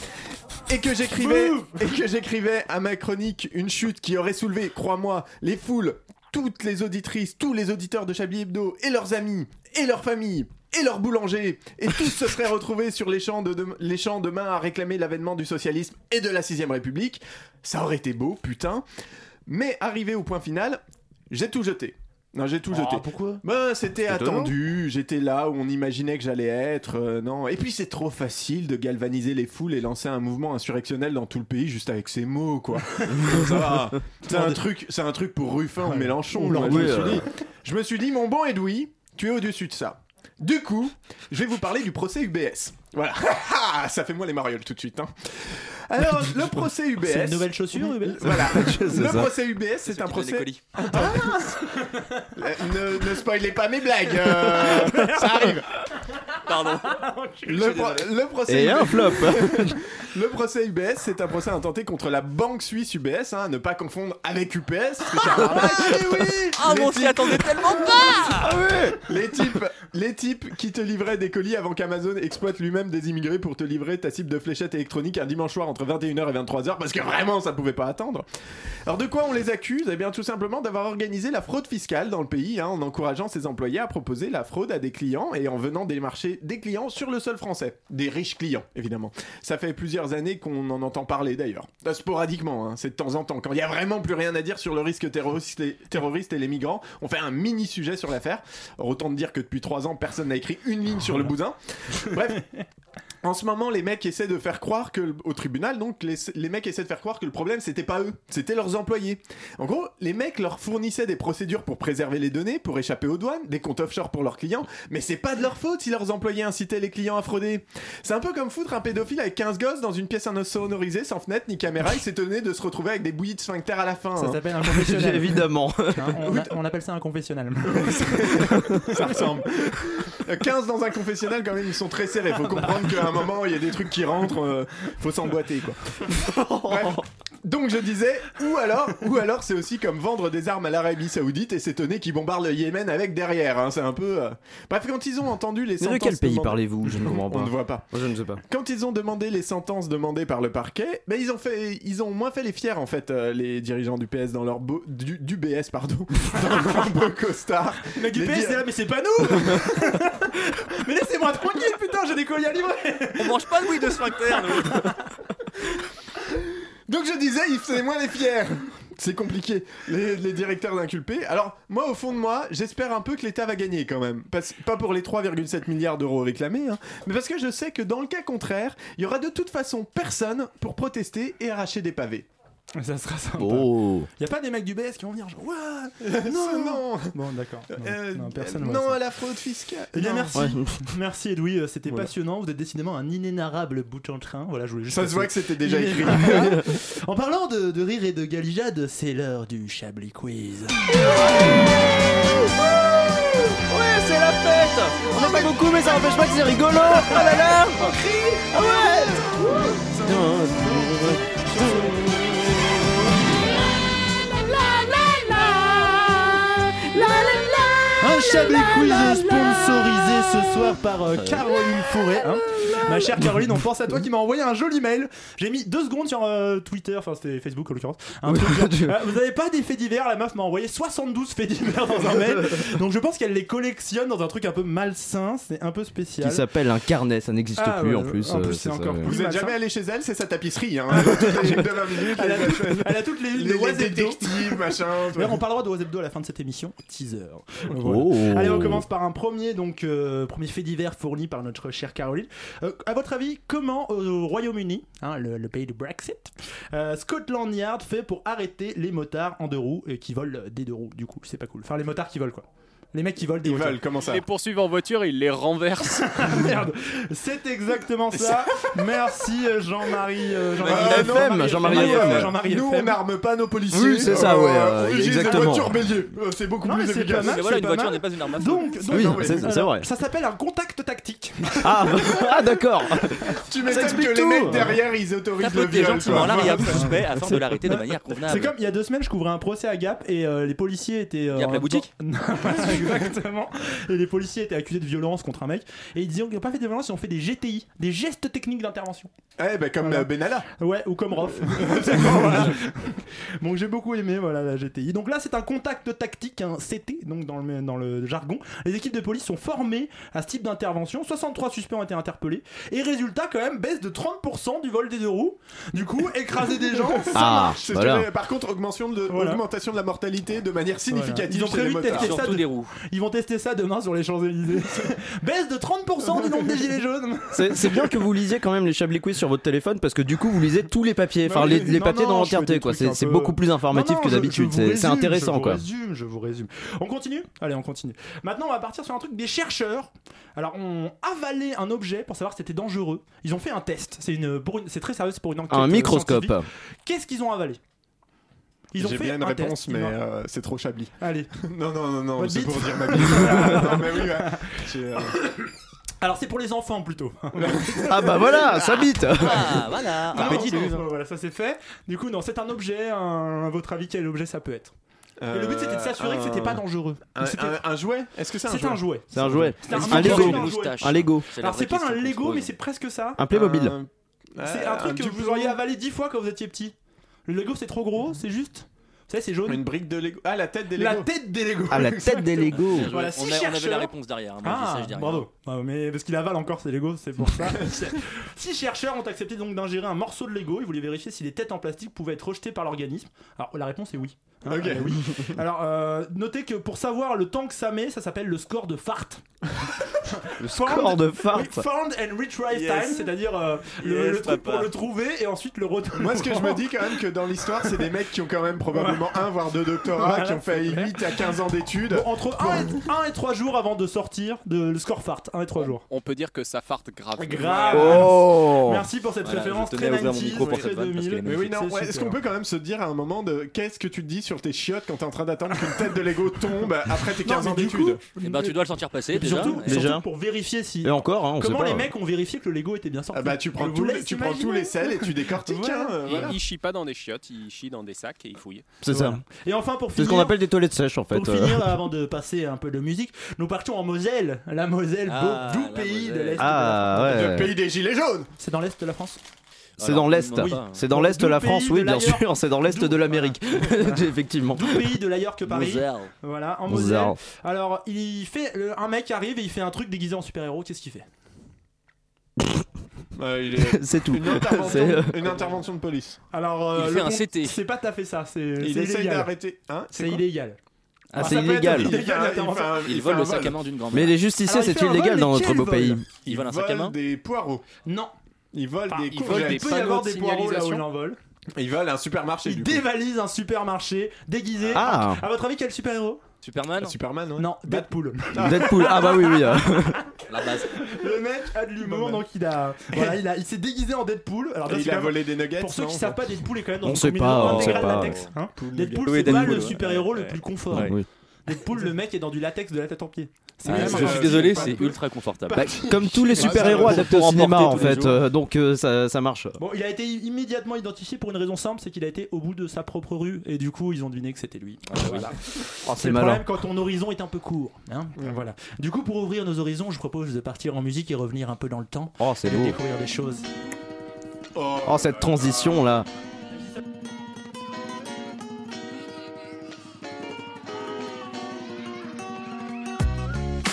et que j'écrivais et que j'écrivais à ma chronique une chute qui aurait soulevé, crois-moi, les foules, toutes les auditrices, tous les auditeurs de Chablis Hebdo et leurs amis et leurs familles et leurs boulangers et tous se seraient retrouvés sur les champs de, dem- les champs demain à réclamer l'avènement du socialisme et de la sixième République. Ça aurait été beau, putain. Mais arrivé au point final, j'ai tout jeté. Non, j'ai tout
Ah,
jeté.
pourquoi
Ben, c'était
Étonnant.
attendu, j'étais là où on imaginait que j'allais être, euh, non. Et puis c'est trop facile de galvaniser les foules et lancer un mouvement insurrectionnel dans tout le pays juste avec ces
(laughs)
mots, quoi. Ça va. c'est un truc, c'est un truc pour Ruffin ou Mélenchon.
Ou
moi, je,
Lorgueux,
me suis
euh.
dit, je me suis dit, mon bon Edoui, tu es au-dessus de ça. Du coup, je vais vous parler du procès UBS. Voilà, (laughs) Ah, ça fait moi les marioles tout de suite. hein.
(laughs)
Alors, le procès UBS.
C'est une nouvelle chaussure, UBS
Voilà.
(laughs) C'est
le
ça.
procès UBS, c'est un
qui donne les
procès.
colis.
Ah
(laughs)
Euh, ne, ne spoilez pas mes blagues. euh, ça arrive. Pardon. Le, pro- le procès
Et un flop.
(laughs) le procès UBS, c'est un procès intenté contre la banque suisse UBS, hein, à ne pas confondre avec UPS. parce que c'est un arnaque.
Ah, mais on
Les
s'y
types-
attendait tellement pas
Ah ouais les types, les types qui te livraient des colis avant qu'Amazon exploite lui-même des immigrés pour te livrer ta cible de fléchette électronique un dimanche soir entre 21h et 23h parce que vraiment ça pouvait pas attendre. Alors de quoi on les accuse Eh bien tout simplement d'avoir organisé la fraude fiscale dans le pays hein, en encourageant ses employés à proposer la fraude à des clients et en venant démarcher des clients sur le sol français. Des riches clients évidemment. Ça fait plusieurs années qu'on en entend parler d'ailleurs. Euh, Sporadiquement, hein, c'est de temps en temps. Quand il y a vraiment plus rien à dire sur le risque terroriste et, terroriste et les migrants, on fait un mini sujet sur l'affaire. Alors, Autant te dire que depuis trois ans, personne n'a écrit une ligne sur le bousin. Bref. En ce moment, les mecs essaient de faire croire que, le- au tribunal, donc, les, les mecs essaient de faire croire que le problème, c'était pas eux, c'était leurs employés. En gros, les mecs leur fournissaient des procédures pour préserver les données, pour échapper aux douanes, des comptes offshore pour leurs clients, mais c'est pas de leur faute si leurs employés incitaient les clients à frauder. C'est un peu comme foutre un pédophile avec 15 gosses dans une pièce insonorisée, sans fenêtre ni caméra, il s'étonnait de se retrouver avec des bouillies de sphincter à la fin.
Ça
hein.
s'appelle un (laughs)
(laughs)
confessionnal.
Évidemment.
Hein, on, a- on appelle ça un (laughs) confessionnal.
(laughs) ça ressemble. Euh, 15 dans un confessionnal, quand même, ils sont très serrés. Faut comprendre qu'à un moment, il y a des trucs qui rentrent, euh, faut s'emboîter, quoi. Bref. Donc je disais, ou alors, ou alors c'est aussi comme vendre des armes à l'Arabie Saoudite et s'étonner qu'ils bombardent le Yémen avec derrière. hein. C'est un peu. euh, Bref, quand ils ont entendu
Mais
les
de
sentences
quel pays
demandées-
parlez-vous Je ne comprends pas.
On ne voit pas.
Je ne sais pas.
quand ils ont demandé les sentences demandées par le parquet, ben ils ont fait, ils ont moins fait les fiers en fait, euh, les dirigeants du PS dans leur beau, du, du BS pardon, (laughs) dans leur beau costard.
Mais du
Les
PS,
di-
c'est là, mais c'est pas nous Mais laissez-moi tranquille, putain, j'ai des colis à livrer
On mange pas de oui de sphincter, nous
Donc je disais, il faisait moins les fiers. C'est compliqué, les, les directeurs d'inculpés. Alors, moi, au fond de moi, j'espère un peu que l'État va gagner quand même. Parce- pas pour les 3,7 milliards d'euros réclamés, hein, mais parce que je sais que dans le cas contraire, il y aura de toute façon personne pour protester et arracher des pavés.
(laughs) Ça sera sympa.
Oh.
Y a pas des mecs du BS qui vont venir genre Ouah,
(laughs) Non, non
Bon, d'accord. Non,
Euh,
non, personne
euh,
voit
non
ça.
à la fraude fiscale.
Eh bien,
Non.
merci. Merci, Edoui. euh, C'était
Voilà.
passionnant. Vous êtes décidément un inénarrable bout en train. Voilà, je voulais juste
Ça se
passer-
voit que
(laughs)
c'était déjà écrit.
Inénarrable. en parlant de, de rire et de galijade, c'est l'heure du Chablis Quiz.
Ouais, c'est la fête On en pas beaucoup, mais ça n'empêche pas que c'est rigolo Oh là là On crie Ah
Oh.
Un Chablis Quiz sponsorisé ce soir par euh, Caroline Fourré. hein. Ma chère Caroline, on pense à toi qui m'a envoyé un joli mail. J'ai mis deux secondes sur euh, Twitter, enfin c'était Facebook en l'occurrence. Un truc genre,
(laughs)
euh, vous avez pas des faits divers La meuf m'a envoyé 72 faits divers dans
(laughs)
un mail. Donc je pense qu'elle les collectionne dans un truc un peu malsain, c'est un peu spécial.
Qui s'appelle un carnet, ça n'existe
Ah,
plus
ouais,
en plus.
en
euh,
plus,
c'est
c'est
ça,
encore
ouais.
plus
Vous êtes
malsain.
jamais allé chez elle, c'est sa tapisserie. Hein. Elle de 20 minutes,
Elle
(laughs)
a
les machins.
Elle a toutes les lignes
Les-
de
les
Oise Hebdo.
détectives, machin, tout.
D'ailleurs, on parlera de Oise Hebdo à la fin de cette émission. Teaser. Voilà.
Oh.
Allez, on commence par un premier, donc, euh, premier fait divers fourni par notre chère Caroline. Euh, à votre avis, comment au, au Royaume-Uni, hein, le, le pays du Brexit, euh, Scotland Yard fait pour arrêter les motards en deux roues et qui volent des deux roues Du coup, c'est pas cool. Enfin, les motards qui volent quoi. Les mecs qui volent des
Ils
voitures.
veulent, comment ça
Les poursuivent en voiture et ils les
(laughs)
renversent.
(laughs) Merde, c'est exactement ça. Merci euh, Jean-Marie. euh,
Euh, non,
Jean-Marie
Jean-Marie FM.
Jean-Marie
Nous, on
FM.
n'arme pas nos policiers.
Oui, c'est ça, ouais, euh,
j'ai des
exactement.
voitures béliers. Euh, C'est beaucoup
Non, mais
plus
c'est
efficace.
pas mal, c'est pas mal. Donc, donc-
Oui,
non, mais-
c'est- c'est
alors,
vrai.
Ça s'appelle un contact tactique.
Ah, (laughs) ah, d'accord
Tu
Ça
m'étonnes
explique
que les
tout.
mecs derrière, ils autorisent le viol. quoi.
suspect afin de l'arrêter de manière
C'est
convenable.
comme il y a deux semaines, je couvrais un procès à Gap et euh, les policiers étaient. euh,
Gap, la
en-
boutique
(laughs)
(laughs)
Non, pas celui-là. Exactement. Et les policiers étaient accusés de violence contre un mec. Et ils disaient qu'ils n'ont pas fait de violence, ils ont fait des GTI, des gestes techniques d'intervention.
Eh ben comme
Voilà.
euh, Benalla.
Ouais, ou comme Rof. Exactement, voilà. (laughs) Donc j'ai beaucoup aimé voilà, la GTI. Donc là, c'est un contact tactique, un CT, donc dans le, dans le jargon. Les équipes de police sont formées à ce type d'intervention. 63 suspects ont été interpellés. Et résultat, quand même, baisse de 30% du vol des deux roues. Du coup, écraser des gens, ça
Ah,
marche.
C'est
voilà.
que, Par contre, augmentation de,
Voilà.
augmentation de la mortalité de manière significative
Ils ont
chez les
prévu de
motards.
tester ça. de- Ils vont tester ça demain sur les Champs-Élysées. (laughs) Baisse de 30% du nombre des gilets jaunes.
C'est c'est bien que vous lisiez quand même les Chablis Quiz sur votre téléphone parce que du coup vous lisez tous les papiers, enfin les, les
Non,
papiers
non,
dans
je fais
l'entièreté
des
quoi.
trucs
C'est
un
c'est
peu-
beaucoup plus informatif
Non, non,
que
je- je
d'habitude.
vous
C'est c'est
résume,
intéressant quoi.
Je vous résume, je vous résume. On continue Allez, on continue. Maintenant, on va partir sur un truc des chercheurs. Alors, on avalé un objet pour savoir si c'était dangereux. Ils ont fait un test. C'est une, pour une- c'est très sérieux, c'est pour une enquête.
Un
euh,
microscope.
scientifique. Qu'est-ce qu'ils ont avalé Ils ont
J'ai
fait
bien une
un
réponse,
test.
mais
Ils ont-
euh, c'est trop chablis.
Allez.
(laughs) Non, non, non, non,
Votre
c'est
bite (laughs)
pour dire ma bite. Ah, non, mais oui, ouais.
(coughs)
J'ai, euh,
Alors, c'est pour les enfants
(laughs)
plutôt.
Ah bah voilà, ça bite.
Ah,
voilà,
Non,
un
non,
petit
non,
luve.
non, Voilà, ça c'est fait. Du coup, non, c'est un objet. Un... À votre avis, quel objet ça peut être Et le but c'était de s'assurer que c'était pas dangereux.
Euh, Un,
Donc, c'était-
un- un jouet Est-ce que c'est un
C'est
jouet
un jouet.
C'est un jouet.
C'était
Un
objet,
Lego.
c'était jouet.
Un Lego. C'est la
Alors c'est
vraie
pas
question
un
qu'on se
Lego,
pose. Euh,
mais c'est presque ça. Euh,
Un Playmobil.
C'est un truc que vous auriez avalé 10 fois quand vous étiez petit. Le Lego c'est trop gros, c'est juste. Vous savez, c'est jaune.
Une brique de Lego. Ah, la tête des Lego.
La tête des Lego.
Ah, la tête des Lego.
Voilà,
On a-
six
on avait
chercheurs-
la réponse derrière, hein, moi, je dis ça,
Ah,
je dis rien.
bravo. Ah, mais parce qu'il avale encore ses Lego, c'est
(laughs)
pour ça. Six chercheurs ont accepté donc d'ingérer un morceau de Lego. Ils voulaient vérifier si les têtes en plastique pouvaient être rejetées par l'organisme. Alors la réponse est oui. Hein,
Ok. (laughs)
euh, oui. Alors euh, notez que pour savoir le temps que ça met, ça s'appelle le score de fart.
Le
Found-
score de fart.
oui, found and retrieve
Yes.
time, c'est-à-dire euh, le,
Yes,
le truc
papa.
pour le trouver et ensuite le retourner.
Moi, ce que
(laughs)
je me dis quand même, que dans l'histoire, c'est des mecs qui ont quand même probablement un voire deux doctorats,
Voilà,
qui ont fait
c'est clair.
8 à 15 ans d'études.
Bon, entre 1 et, 3 jours avant de sortir de le score fart, 1 et 3 jours.
On peut dire que ça farte grave.
Grave.
Oh.
Merci pour cette
Voilà,
référence
je
très
tenais à ouvrir mon
90s,
micro pour
très
cette vanne, parce
2000.
qu'elle est
Mais oui, non,
C'est
ouais, est-ce
super.
qu'on peut quand même se dire à un moment de qu'est-ce que tu te dis sur tes chiottes quand t'es en train d'attendre qu'une tête de Lego tombe après tes
Non,
15
mais
ans
du
d'études
Eh ben, tu dois le sentir passer
Et puis
déjà.
surtout,
Et-
surtout pour vérifier si.
Et encore, hein, on
Comment
sait pas.
les mecs ont vérifié que le Lego était bien sorti
Ah bah, tu prends
Je vous
tous les-
laisse
tu prends tous
imaginer.
les selles et tu décortiques, hein, euh,
Et
voilà.
Il chie pas dans des chiottes, il chie dans des sacs et il fouille.
C'est ça.
Et enfin, pour
C'est
finir.
ce qu'on appelle des toilettes sèches en fait. euh,
Pour
(laughs)
finir, avant de passer un peu de musique, nous partions en Moselle. La Moselle,
Ah,
beau, doux
la
pays de
Moselle.
l'Est.
Ah,
de la France.
ouais. Le pays
des gilets jaunes
C'est dans l'Est de la France
C'est dans l'Est.
oui.
C'est dans l'Est de la
D'où pays
France,
de
oui, bien
l'ailleurs.
sûr. C'est dans l'Est de l'Amérique. (laughs) Effectivement.
Doux pays de l'ailleurs que Paris.
Moselle.
Voilà, en Moselle.
Moselle.
Alors, il fait, le- un mec arrive et il fait un truc déguisé en super-héros. Qu'est-ce qu'il fait
Euh, (laughs) il
(laughs)
est-
C'est tout.
Une intervention,
C'est, euh,
une intervention de police.
Alors, euh,
Il
le
fait un
con-
CT.
C'est pas tout à fait ça. C'est
Il
c'est
essaye
illégal.
d'arrêter. Hein,
C'est
quoi
illégal.
Ah,
Ça
c'est
peut être
illégal.
Il fait un- il fait
l'intervention.
un-
Il
fait
vole
un
le
vol.
sac à main d'une grand-mère.
Mais les justiciers,
Alors, il
c'est
fait un
illégal
vol,
dans
mais
notre
quel
beau
vol
pays.
Il vole un
Il
sac à main.
vole des poireaux.
Non.
Il vole
Ah,
il vole
des
Il
des
courgettes.
peut y avoir
de
des poireaux là où il
signalisation.
en vole.
Il vole un supermarché
Il
du coup.
dévalise un supermarché déguisé.
Ah.
À votre avis, quel super-héros
Superman,
Ah, Superman, ouais.
Non, Deadpool.
(laughs) Deadpool. Ah bah oui, oui.
(laughs)
euh.
la base.
Le mec a de l'humour, donc il a, voilà, il a, il s'est déguisé en Deadpool. Alors
Et
là, c'est
il a
quand même-
volé des nuggets.
Pour ceux
non,
qui savent pas, Deadpool est quand même dans
On
une
sait
combinaison
pas, on
intégrale
sait pas.
latex. hein.
Deadpool,
Deadpool,
Oui,
c'est pas
Deadpool,
le
ouais.
super-héros le
Ouais.
plus confort.
Oui.
Deadpool, le mec est dans du latex de la tête en pied. C'est Ah,
Ah,
vraiment
c'est-
je suis
gentil.
désolé,
pas-
c'est ultra confortable.
Bah, comme tous les super-héros
pour-
adaptés
pour
au cinéma
emporter
en
tous les
fait.
jours.
euh, Donc euh, ça ça marche.
Bon, il a été immédiatement identifié pour une raison simple, c'est qu'il a été au bout de sa propre rue et du coup ils ont deviné que c'était lui. Voilà.
Oh,
C'est
Ah C'est
le
malin.
problème quand ton horizon est un peu court. hein. Voilà. Du coup, pour ouvrir nos horizons, je propose de partir en musique et revenir un peu dans le temps
Oh, c'est
et
beau.
découvrir des choses.
Oh, cette transition là.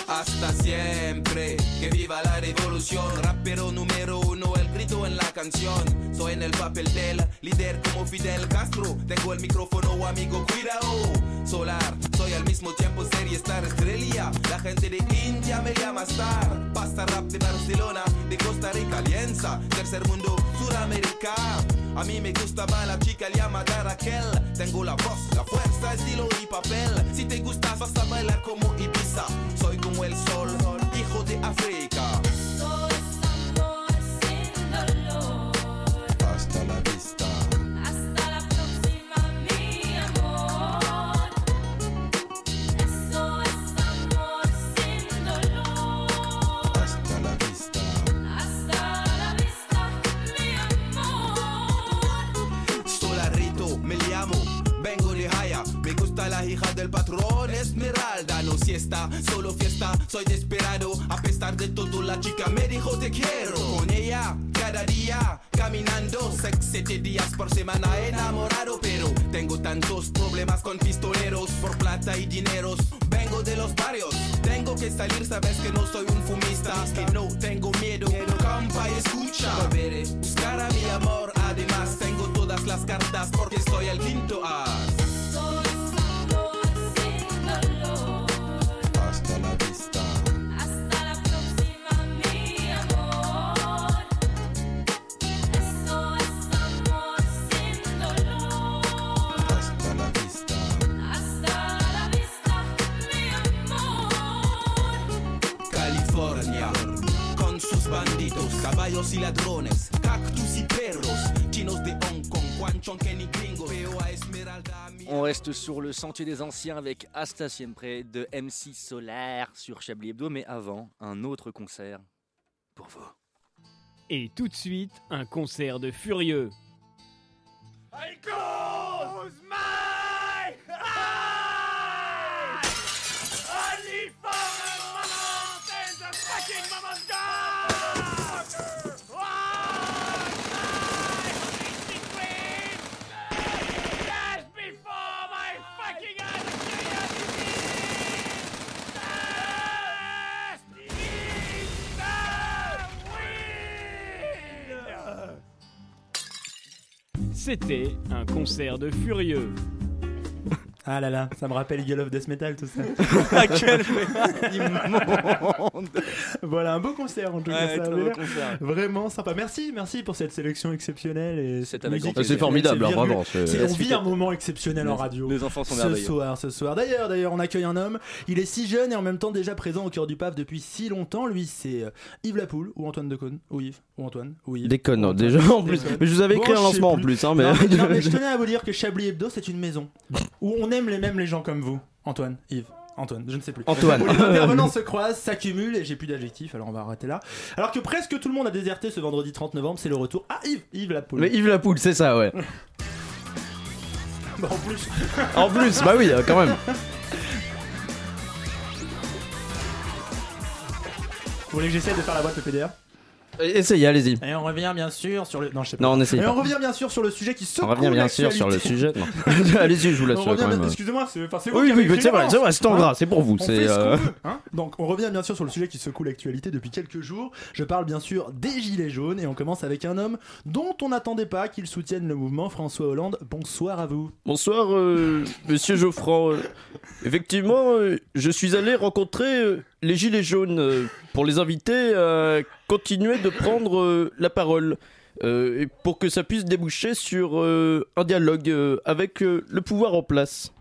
Hasta siempre, que viva la revolución. Rapero número uno, el grito en la canción. Soy en el papel del líder como Fidel Castro. Tengo el micrófono, amigo, cuidado. Solar, soy al mismo tiempo serie star estrella. La gente de India me llama star. Pasta rap de Barcelona, de Costa Rica, Alianza, tercer mundo, Suramérica. A mí me gustaba la chica llamada Raquel. Tengo la voz, la fuerza, estilo y papel. Si te gustas, vas a bailar como Ibiza. Soy como el sol, hijo de África. Hasta la vista. Hasta la vista. Solarito, me llamo. Vengo de Jaya. Me gusta la hija del patrón Esmeralda. No sé fiesta, solo fiesta, soy desesperado. A pesar de todo, la chica me dijo te quiero. Con ella, cada día, caminando, sex, siete días por semana enamorado. Pero tengo tantos problemas con pistoleros, por plata y dineros. Vengo de los barrios, tengo que salir, sabes que no soy un fumista. Es que no tengo miedo, campa y escucha. Volveré a eh, buscar a mi amor, además tengo todas las cartas porque soy el quinto as.
Hasta la vista.
Hasta la próxima, mi amor. Eso es amor sin dolor.
Hasta la vista.
Hasta la vista, mi amor.
California con sus bandidos, caballos y ladrones, cactus y perros, chinos de Hong Kong, Guangchong, Kenny Gringo, veo a Esmeralda.
On reste sur le sentier des anciens avec Hasta Siempre de MC Solar sur Chablis Hebdo, mais avant, un autre concert pour vous.
Et tout de suite, un concert de furieux. C'était un concert de furieux.
(laughs) Ah là là, ça me rappelle Eagle of Death Metal tout ça.
(laughs)
(laughs)
À quel immonde.
Voilà, un beau concert en tout cas.
Ouais,
ça
très
avait
beau
l'air
concert.
Vraiment sympa. Merci, merci pour cette sélection exceptionnelle et cette
avec grand
musique
plaisir.
exceptionnelle,
C'est formidable,
cette
hein,
virgule.
bravo, c'est-
C'est-
la
On
suite
vit
est-
un moment exceptionnel en radio.
Les enfants sont
Ce
merveilleux.
soir, ce soir. D'ailleurs, d'ailleurs, on accueille un homme. Il est si jeune et en même temps déjà présent au cœur du PAF depuis si longtemps. Lui, c'est euh, Yves Lapoule ou Antoine Decaune ou Yves ou Antoine ou Yves.
Des connes, hein, déjà en plus.
Déconne.
Mais je vous avais écrit
Bon,
un
je sais
lancement en
plus.
plus, hein, mais.
Non, mais- non, mais je tenais à vous dire que Chablis Hebdo, c'est une maison où on aime les mêmes les gens comme vous. Antoine, Yves. Antoine, je ne sais plus.
Antoine. (laughs)
Où les intervenants se croisent, s'accumulent et j'ai plus d'adjectifs, alors on va arrêter là. Alors que presque tout le monde a déserté ce vendredi 30 novembre, c'est le retour. Ah, Yves, Yves Lapoule.
Mais Yves Lapoule, c'est ça, ouais.
Bah, (laughs) en plus.
En plus, bah oui, euh, quand même.
Vous voulez que j'essaie de faire la voix de PDR
Et- Essayez, allez-y.
Et on revient bien sûr sur le. Non, je sais pas.
Non, on essaye
Et on
pas.
revient bien sûr sur le sujet qui se.
On revient bien sûr sur le sujet. non. allez-y, je
(laughs)
vous
On
laisse
revient
quand
bien-
même. euh.
Excusez-moi, c'est enfin, c'est vous
Oui,
qui avez
oui, mais
écrit
c'est vrai,
l'avance.
c'est vrai, c'est en
Hein
gras, c'est pour vous.
On
c'est,
fait ce qu'on
euh,
veut, hein Donc, on revient bien sûr sur le sujet qui secoue l'actualité depuis quelques jours. Je parle bien sûr des Gilets jaunes et on commence avec un homme dont on n'attendait pas qu'il soutienne le mouvement, François Hollande. Bonsoir à vous.
Bonsoir, euh, monsieur Geoffran. Euh, effectivement, euh, je suis allé rencontrer euh, les Gilets jaunes euh, pour les inviter à continuer de prendre euh, la parole. euh, et pour que ça puisse déboucher sur euh, un dialogue euh, avec euh, le pouvoir en place.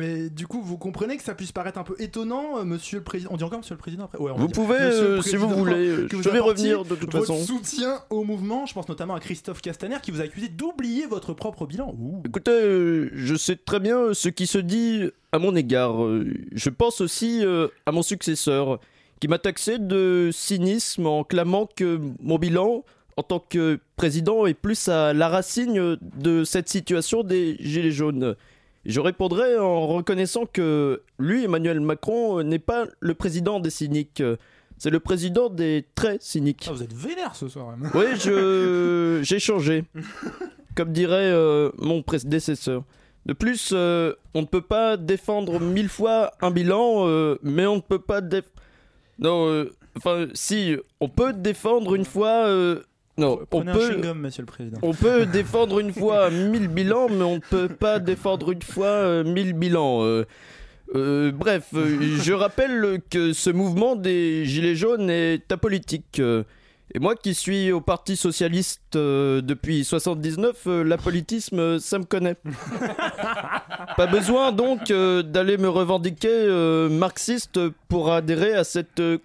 Et du coup, vous comprenez que ça puisse paraître un peu étonnant, euh, monsieur le président. On dit encore monsieur le président après Ouais, on va
Vous
dire.
pouvez,
Monsieur le
euh, si vous
président,
voulez, euh,
que vous
je vais
apportiez
revenir de toute
votre
façon.
soutien au mouvement, je pense notamment à Christophe Castaner qui vous a accusé d'oublier votre propre bilan. Ouh.
Écoutez, euh, je sais très bien euh, ce qui se dit à mon égard. Euh, Je pense aussi euh, à mon successeur, qui m'a taxé de cynisme en clamant que mon bilan en tant que président est plus à la racine de cette situation des Gilets jaunes. Je répondrai en reconnaissant que lui, Emmanuel Macron, euh, n'est pas le président des cyniques. euh, C'est le président des très cyniques.
Ah, vous êtes vénère ce soir. hein.
Oui, je j'ai changé, comme dirait euh, mon prédécesseur. De plus, euh, on ne peut pas défendre mille fois un bilan, euh, mais on ne peut pas déf... Non, euh, enfin, si, on peut défendre une fois... euh, Non, on
(laughs) Prenez un
peut...
chewing-gum, monsieur le président.
On peut défendre une fois mille bilans, mais on ne peut pas défendre une fois euh, mille bilans. euh. Euh, bref, euh, je rappelle que ce mouvement des Gilets jaunes est apolitique. euh. et moi qui suis au Parti Socialiste euh, depuis 79, euh, l'apolitisme, euh, ça me connaît. Pas besoin donc euh, d'aller me revendiquer euh, marxiste pour adhérer à cette euh,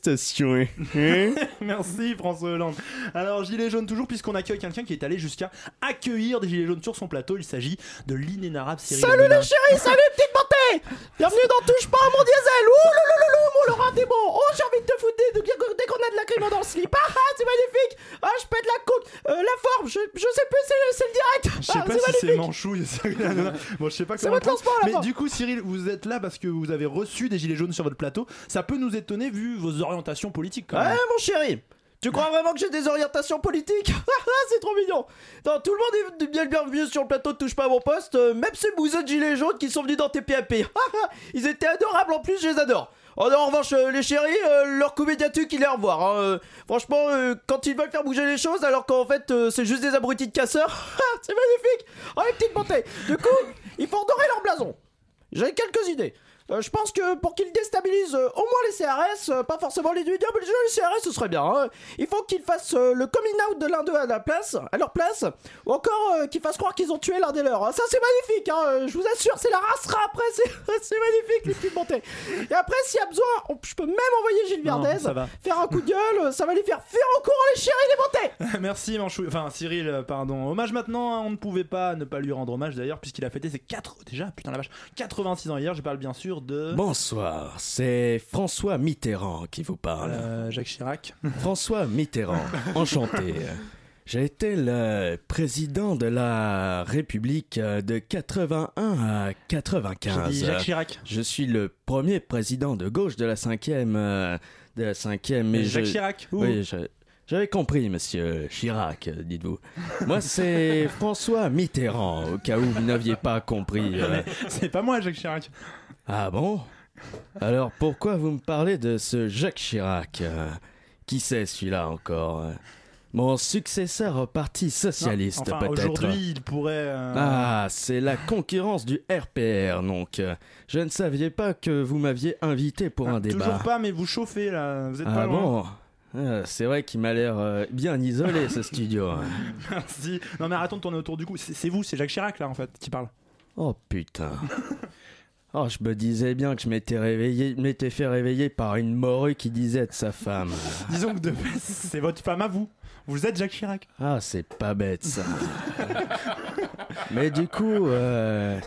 contestation. hein.
(laughs) Merci François Hollande. Alors Gilets jaunes toujours puisqu'on accueille quelqu'un qui est allé jusqu'à accueillir des Gilets jaunes sur son plateau. Il s'agit de l'inénarrable Cyril
Salut
Hanouna.
les chéris, salut petite montée Bienvenue dans Touche pas à mon diesel Ouh loulou, mon Laurent t'es bon Oh j'ai envie de te foutre des- de- dès qu'on a de la crime dans le slip Ah ah c'est magnifique Ah je pète la coupe Euh, La forme, je, je sais plus, c'est c'est le direct
Je sais
Ah,
pas
c'est
si c'est
magnifique.
manchouille. Cyril Hanouna. bon, je sais pas
C'est
comment.
votre
le prendre.
lancement, là,
Mais
moi.
du coup, Cyril, vous êtes là parce que vous avez reçu des gilets jaunes sur votre plateau. Ça peut nous étonner vu vos orientations politiques. Quand même.
Ouais, Ah, mon chéri Tu crois vraiment que j'ai des orientations politiques (laughs) Ah, ah, C'est trop mignon Non, tout le monde est bien le bienvenu sur le plateau de Touche pas à mon poste, euh, même ces bouseux de gilets jaunes qui sont venus dans tes PAP. (laughs) Ah, ah, Ils étaient adorables en plus, je les adore Oh non, en revanche, euh, les chéris, euh, leur coup médiatique, il est à revoir. hein. Euh, franchement, euh, quand ils veulent faire bouger les choses, alors qu'en fait, euh, c'est juste des abrutis de casseurs, (laughs) ah, c'est magnifique Oh, les petites bontés Du coup, il faut dorer leur blason j'ai quelques idées. Euh, je pense que pour qu'ils déstabilisent euh, au moins les CRS, euh, pas forcément les médias, mais déjà les CRS, ce serait bien. hein. Il faut qu'ils fassent euh, le coming out de l'un d'eux à, la place, à leur place, ou encore euh, qu'ils fassent croire qu'ils ont tué l'un des leurs. hein. Ça, c'est magnifique, hein, euh, je vous assure, c'est la racera après, c'est (laughs) c'est magnifique, les petites montées. Et après, s'il y a besoin, on- je peux même envoyer Gilles
Non,
Verdez,
ça va.
faire un coup de gueule, euh, ça va les faire fuir en courant, les chéris, les montées
(laughs) Merci Manchou, enfin Cyril, euh, pardon. Hommage maintenant, hein, on ne pouvait pas ne pas lui rendre hommage d'ailleurs, puisqu'il a fêté ses 4 déjà, putain la vache, 86 ans hier. Je parle bien sûr de.
Bonsoir, c'est François Mitterrand qui vous parle.
Euh, Jacques Chirac.
(laughs) François Mitterrand, enchanté. J'ai été le président de la République de 81 à 95.
J'ai dit Jacques Chirac.
Je suis le premier président de gauche de la cinquième, euh, de la cinquième. Mais
Jacques
je-
Chirac, ouh.
Oui, je- j'avais compris, Monsieur Chirac, euh, dites-vous. Moi, c'est François Mitterrand, au cas où vous n'aviez pas compris. euh.
C'est pas moi Jacques Chirac.
Ah bon Alors pourquoi vous me parlez de ce Jacques Chirac euh, Qui c'est celui-là encore euh Mon successeur au parti socialiste
Ah, Enfin,
peut-être
Aujourd'hui, il pourrait. euh,
Ah, c'est la concurrence du RPR donc. euh, Je ne saviez pas que vous m'aviez invité pour un débat.
Ah, hein, Toujours pas, mais vous chauffez là. Vous êtes pas
ah
loin.
bon Ah, C'est vrai qu'il m'a l'air euh, bien isolé ce
(laughs)
studio. hein.
(laughs) Merci. Non mais arrêtons de tourner autour du coup. C'est c'est vous, c'est Jacques Chirac là en fait qui parle.
Oh putain. Oh, je me disais bien que je m'étais réveillé, je m'étais fait réveiller par une morue qui disait de sa femme.
Disons que de c'est votre femme à vous. Vous êtes Jacques Chirac.
Ah, c'est pas bête ça. Mais du coup, euh,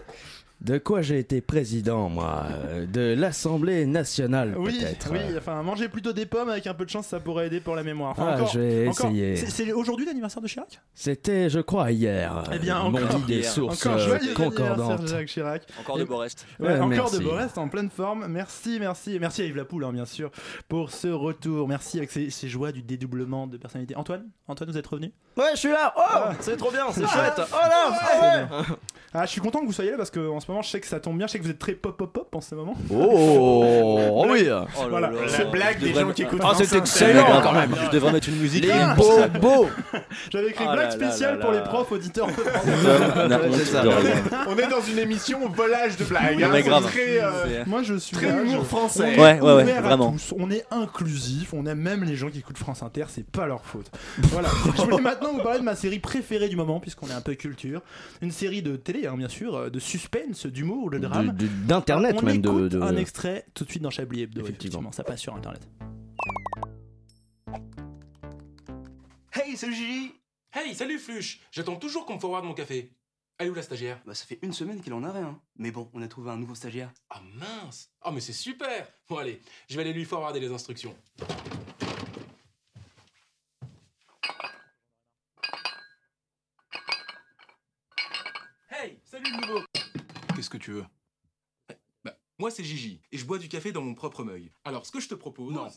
de quoi j'ai été président, moi Euh, De l'Assemblée
Euh,
nationale,
Oui,
peut-être.
oui, enfin mangez plutôt des pommes avec un peu de chance, ça pourrait aider pour la mémoire.
Ah,
Enfin,
je vais essayer.
C'est- C'est aujourd'hui l'anniversaire de Chirac
C'était, je crois, hier.
Eh bien,
m'ont
encore
dit des
hier.
sources
Encore
euh,
joyeux
concordantes.
anniversaire, Jacques Chirac.
Encore
Et-
de beau reste.
Ouais,
Ouais,
encore
merci.
de Borest en pleine forme. Merci, merci. Et merci à Yves Lapoule, hein, bien sûr, pour ce retour. Merci avec ces, ces joies du dédoublement de personnalité. Antoine Antoine, vous êtes revenu
Ouais, je suis là Oh C'est trop bien, c'est chouette Oh là
Ah, ouais. Ah, je suis content que vous soyez là parce que en ce moment, je sais que ça tombe bien. Je sais que vous êtes très pop pop pop en ce moment.
Oh, oh oui
Oh là
Voilà,
là.
c'est blague
Je
des
devrais-
gens qui écoutent
Ah,
France
c'est
Inter.
excellent quand même. Je devrais mettre une musique. Les bobos
J'avais écrit
Ah là
blague
là
spéciale
là
pour
là.
les profs auditeurs.
Non, non,
C'est
c'est
ça.
de
On
rien.
est- On est dans une émission volage de blagues.
Non,
hein.
mais
C'est
grave.
Très, euh,
Moi je suis
très
là,
humour
je-
français.
On est
Ouais, ouais, ouais,
ouvert à
vraiment.
tous, on est inclusif, on aime même les gens qui écoutent France Inter, c'est pas leur
(laughs)
faute. Voilà. je voulais maintenant vous parler de ma série préférée du moment puisqu'on est un peu culture, une série de télé hein, bien sûr, euh, de suspense, d'humour, de drame.
De- de- d'internet
on
même, de-
écoute
de-
un extrait tout de suite dans Chablis Hebdo effectivement. ça passe sur internet.
Hey, salut Gigi Hey, salut Fluche J'attends toujours qu'on me forward mon café. Elle est où la stagiaire
Bah, ça fait une semaine qu'il en avait, hein. Mais bon, on a trouvé un nouveau stagiaire.
Ah
(laughs)
mince Ah mais c'est super Bon allez, je vais aller lui forwarder les instructions. Hey, salut le nouveau
Qu'est-ce que tu veux
Bah, moi c'est Gigi, et je bois du café dans mon propre meuil. Alors ce que je te propose... Non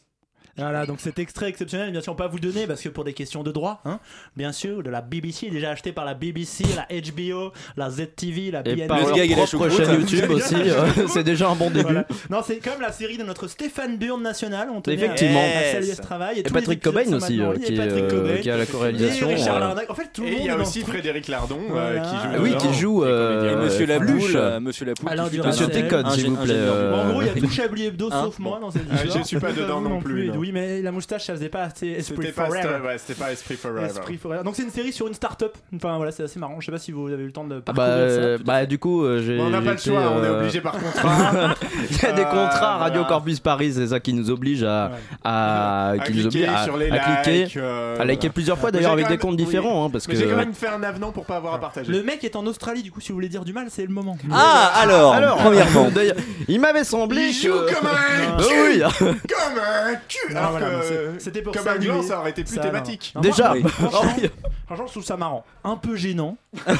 Voilà, donc cet extrait exceptionnel, bien sûr, pas vous donner parce que pour des questions de droit, hein, bien sûr, de la BBC, déjà acheté par la BBC, la HBO, la ZTV, la
Et
BNN.
par leur propre chaîne
(laughs)
YouTube aussi, euh, (laughs) c'est déjà un bon début.
Voilà. Non, c'est comme la série de notre Stéphane Burn national. euh, On tenait à-
Effectivement.
à saluer
Yes.
ce travail.
Et
tous
Patrick
les épisodes
Cobain
sont
aussi,
maintenant
euh,
en ligne.
qui
Et
est,
Patrick
euh,
Cobain.
qui a la
Et
co-réalisation,
Richard
euh,
Larnac. En fait, tout le
Et
monde
il y a
est dans
aussi
ce truc.
Frédéric Lardon euh,
Voilà.
qui joue.
Ah oui, qui joue. euh,
Et Monsieur
euh,
Lapoule,
Fluche.
euh, Monsieur Lapoule,
Alain
qui fut
Duracell.
un
Monsieur Técode, s'il vous plaît,
ingénieur du
euh,
En
monde.
gros, il y a tout Chablis Hebdo
Hein
sauf moi dans cette
Ah,
histoire.
je suis pas
Peut-être
dedans
vous
non plus,
et
non.
Edoui. oui, mais la moustache, ça faisait pas assez Esprit
C'était pas,
Forever.
ouais, c'était pas Esprit Forever.
Esprit Forever. Donc c'est une série sur une start-up. Enfin voilà, c'est assez marrant. Je sais pas si vous avez eu le temps de
Ah
parcourir
bah,
ça.
euh, bah, du coup, euh, j'ai.
On n'a
j'ai
pas le
été,
choix, on est
euh, (laughs)
obligé par
contrat.
Il y a des
Ah,
contrats Radio
voilà.
Corpus Paris, c'est ça qui nous oblige à, à,
À
qui nous
cliquer
oblige à,
sur les
à cliquer,
likes, euh,
à liker
voilà.
plusieurs fois
Mais
d'ailleurs
j'ai
avec
quand
des
même-
comptes
oui.
différents, hein, parce
Mais
que.
j'ai quand même fait un avenant pour pas avoir à partager.
Ah. Le mec est en Australie, du coup, si vous voulez dire du mal, c'est le moment.
Ah alors, (laughs)
Alors,
premièrement, d'ailleurs, il m'avait semblé
Il joue
que-
comme
(laughs)
un
Ah
cul.
oui.
Comme un cul
Alors
Alors
voilà,
que-
mais c'est- c'était pour
comme
ça
un gland,
animé.
ça aurait été plus
Ça,
thématique.
non. Non,
Déjà.
moi,
(laughs)
Oui.
franchement, franchement, je trouve ça marrant, un peu gênant, Ah,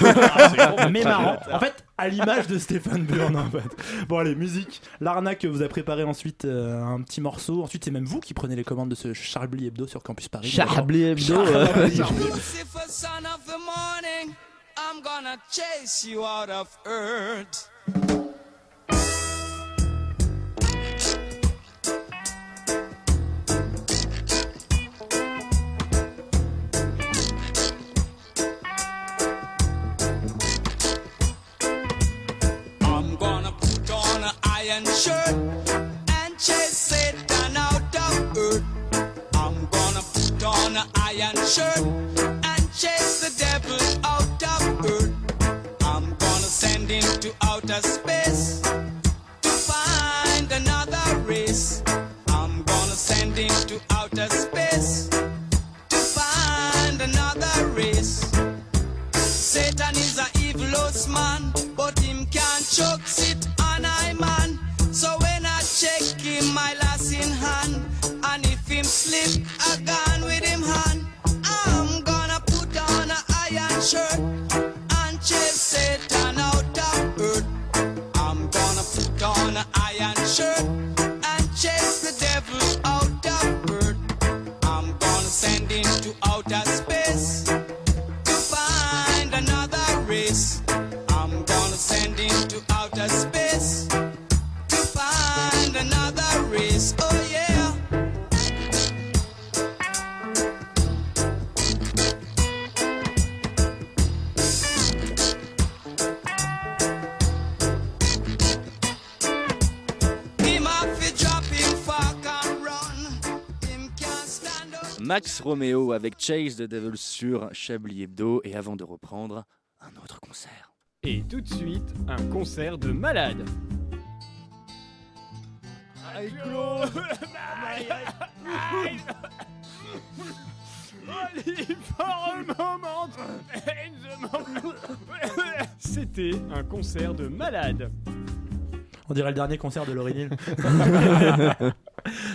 Ah,
mais marrant. En fait, à l'image de Stéphane Burn. En fait. Bon allez, musique. L'arnaque vous a préparé ensuite euh, un petit morceau. Ensuite, c'est même vous qui prenez les commandes de ce Charbli Hebdo sur Campus Paris.
Charbli Hebdo,
Charbli
ouais.
euh.
Hebdo. euh,
Lucifer, son of the morning, I'm gonna chase you out of earth. I'm gonna put on an iron shirt and chase Satan out of earth. I'm gonna put on an iron shirt and chase the devil out of earth. I'm gonna send him to outer space to find another race. I'm gonna send him to outer space to find another race. Satan is a evil host man, but him can't choke it on I man. So when I check him, my lass in hand, and if him slip, I gone with him hand. I'm gonna put on a iron shirt and chase Satan out of earth. I'm gonna put on a iron shirt and chase the devil out of earth. I'm gonna send him to outer space to find another race. I'm gonna send him to outer space to find another race. Oh yeah. Him off, he drop him, fuck and run. Him can't stand up.
Max Romeo avec Chase the Devil sur Chablis Hebdo et avant de reprendre, un autre concert.
Et tout de suite, un concert de malade. (laughs) C'était un concert de malade.
On dirait le dernier concert de Laurie Neal. (laughs)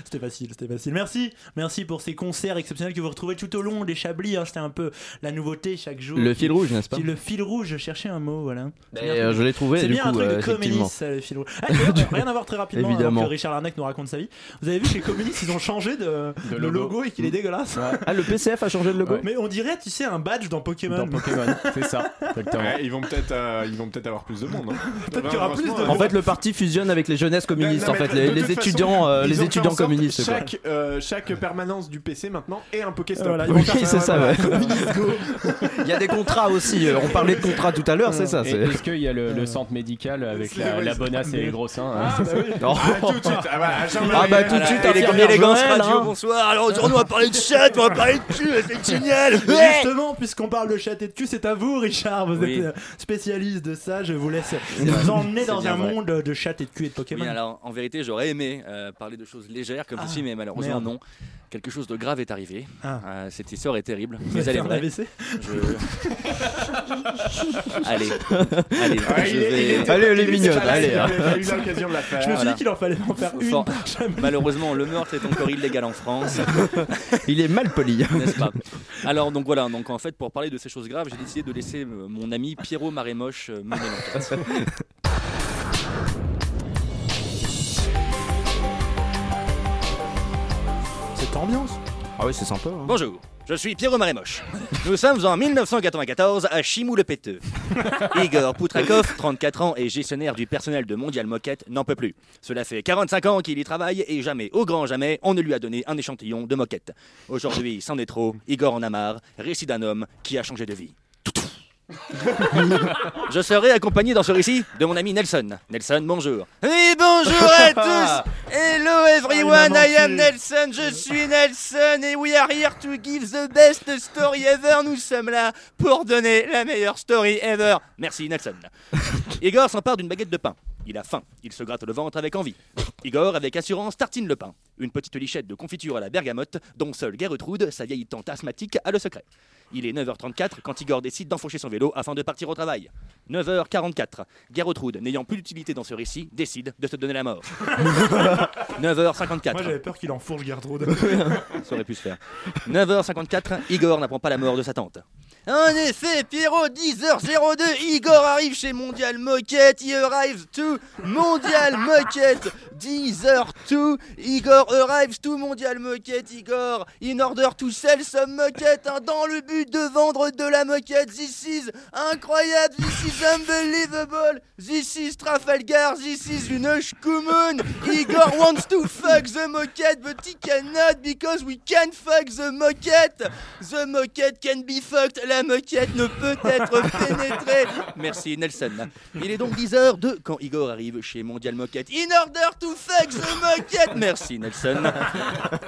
c'était facile, c'était facile. Merci, merci pour ces concerts exceptionnels que vous retrouvez tout au long des Chablis. hein. C'était un peu la nouveauté chaque jour.
Le
Qui-
fil rouge, n'est-ce pas
qui- Le fil rouge, je cherchais un mot, voilà.
Mais, euh, je l'ai trouvé,
C'est
du
bien
coup,
un truc
euh,
de Communis,
effectivement.
ça, le fil rouge. Ah, d'ailleurs,
(laughs)
rien à voir très rapidement
Évidemment.
avant que Richard Larnac nous raconte sa vie. Vous avez vu chez Communis, ils ont changé de,
De
le
logo.
logo et qu'il est dégueulasse.
Ah, le PCF a changé de logo
Mais on dirait, tu sais, un badge dans Pokémon.
Dans Pokémon,
c'est ça.
Ouais, ils vont peut-être euh, ils vont peut-être avoir plus de monde. hein.
Peut-être qu'il y aura plus de-
En fait, le parti fusionne avec les jeunesses communistes,
Non,
en
mais
fait,
de
les,
toute
les
façon,
étudiants, euh,
ils ont
les
fait en
étudiants
sorte
communistes. quoi.
Chaque, euh, chaque permanence du PC maintenant est un Pokéstop.
Voilà, ils vont Oui, faire ça, c'est ça, voilà. ouais. Il y a des contrats aussi. euh, On parlait de contrats tout à l'heure, c'est ça.
Et
c'est-
Est-ce qu'il y a le,
Euh.
le centre médical avec
C'est-
la,
oui,
la
c'est-
bonasse et les gros seins hein,
Ah,
c'est
bah
ça
oui. Ah, (laughs) tout de suite. Ah, voilà, Jean-Marie- Ah, bah, tout de suite,
Voilà,
infirmier
les
Légance
gosses
Radio,
radio,
bonsoir.
Bonsoir, alors aujourd'hui on va parler de chat, on va parler de cul, c'est génial
(laughs) Justement, puisqu'on parle de chat et de cul, c'est à vous, Richard. Vous
Oui.
êtes euh, spécialiste de ça. Je vous laisse vous emmener
C'est
dans
bien
un
vrai.
monde de chat et de cul et de Pokémon.
Oui, alors en vérité, j'aurais aimé euh, parler de choses légères comme
Ah,
ceci, mais malheureusement
merde.
non. Quelque chose de grave est arrivé.
Ah.
Euh, cette histoire est terrible.
Vous
Mais
avez
elle est
fait
vraie.
un AVC?
Je- (laughs) allez, allez,
Ah,
je
il est- il
vais-
était- Allez, elle est il était mignonne, pas là, allez, il hein. avait eu l'occasion de la faire. Je me suis dit
Voilà.
qu'il en fallait en faire une
Fort-
par chaque-
Malheureusement, le meurtre est encore illégal en
(laughs)
France.
Il est mal poli.
N'est-ce pas Alors donc voilà, donc en fait pour parler de ces choses graves, j'ai décidé de laisser euh, mon ami Pierrot Marémoche euh, mener l'enquête.
(laughs) Cette ambiance.
Ah oui, c'est sympa. hein.
Bonjour, je suis Pierrot Marémoche. Nous sommes en 1994 à Chimou-le-Péteux. (laughs) Igor Poutrakov, 34 ans et gestionnaire du personnel de Mondial Moquette, n'en peut plus. Cela fait 45 ans qu'il y travaille et jamais, au grand jamais, on ne lui a donné un échantillon de moquette. Aujourd'hui, c'en est trop, Igor en a marre, récit d'un homme qui a changé de vie. Je serai accompagné dans ce récit de mon ami Nelson. Nelson, bonjour. Et bonjour à tous Hello everyone,
Ah,
I
il m'a
am
manqué.
Nelson, je suis Nelson et we are here to give the best story ever. Nous sommes là pour donner la meilleure story ever. Merci Nelson. Igor s'empare d'une baguette de pain. Il a faim, il se gratte le ventre avec envie. Igor, avec assurance, tartine le pain. Une petite lichette de confiture à la bergamote, dont seule Gertrude, sa vieille tante asthmatique, a le secret. Il est 9h34 quand Igor décide d'enfourcher son vélo afin de partir au travail. 9h44, Gertrude, n'ayant plus d'utilité dans ce récit, décide de se donner la mort. 9h54.
Moi j'avais peur
(laughs)
qu'il enfourche Gertrude.
Ça aurait pu se faire. 9h54, Igor n'apprend pas la mort de sa tante. En effet, Pierrot, 10h02, Igor arrive chez Mondial Moquette. He arrives to Mondial Moquette. 10h02, Igor arrives to Mondial Moquette, Igor. In order to sell some moquette, hein, dans le but de vendre de la moquette. This is incroyable, this is unbelievable. This is Trafalgar, this is une schkumun. Igor wants to fuck the moquette, but he cannot because we can fuck the moquette. The moquette can be fucked, la moquette ne peut être pénétrée. Merci Nelson. Il est donc 10h02 quand Igor arrive chez Mondial Moquette. In order to fuck the moquette. Merci Nelson.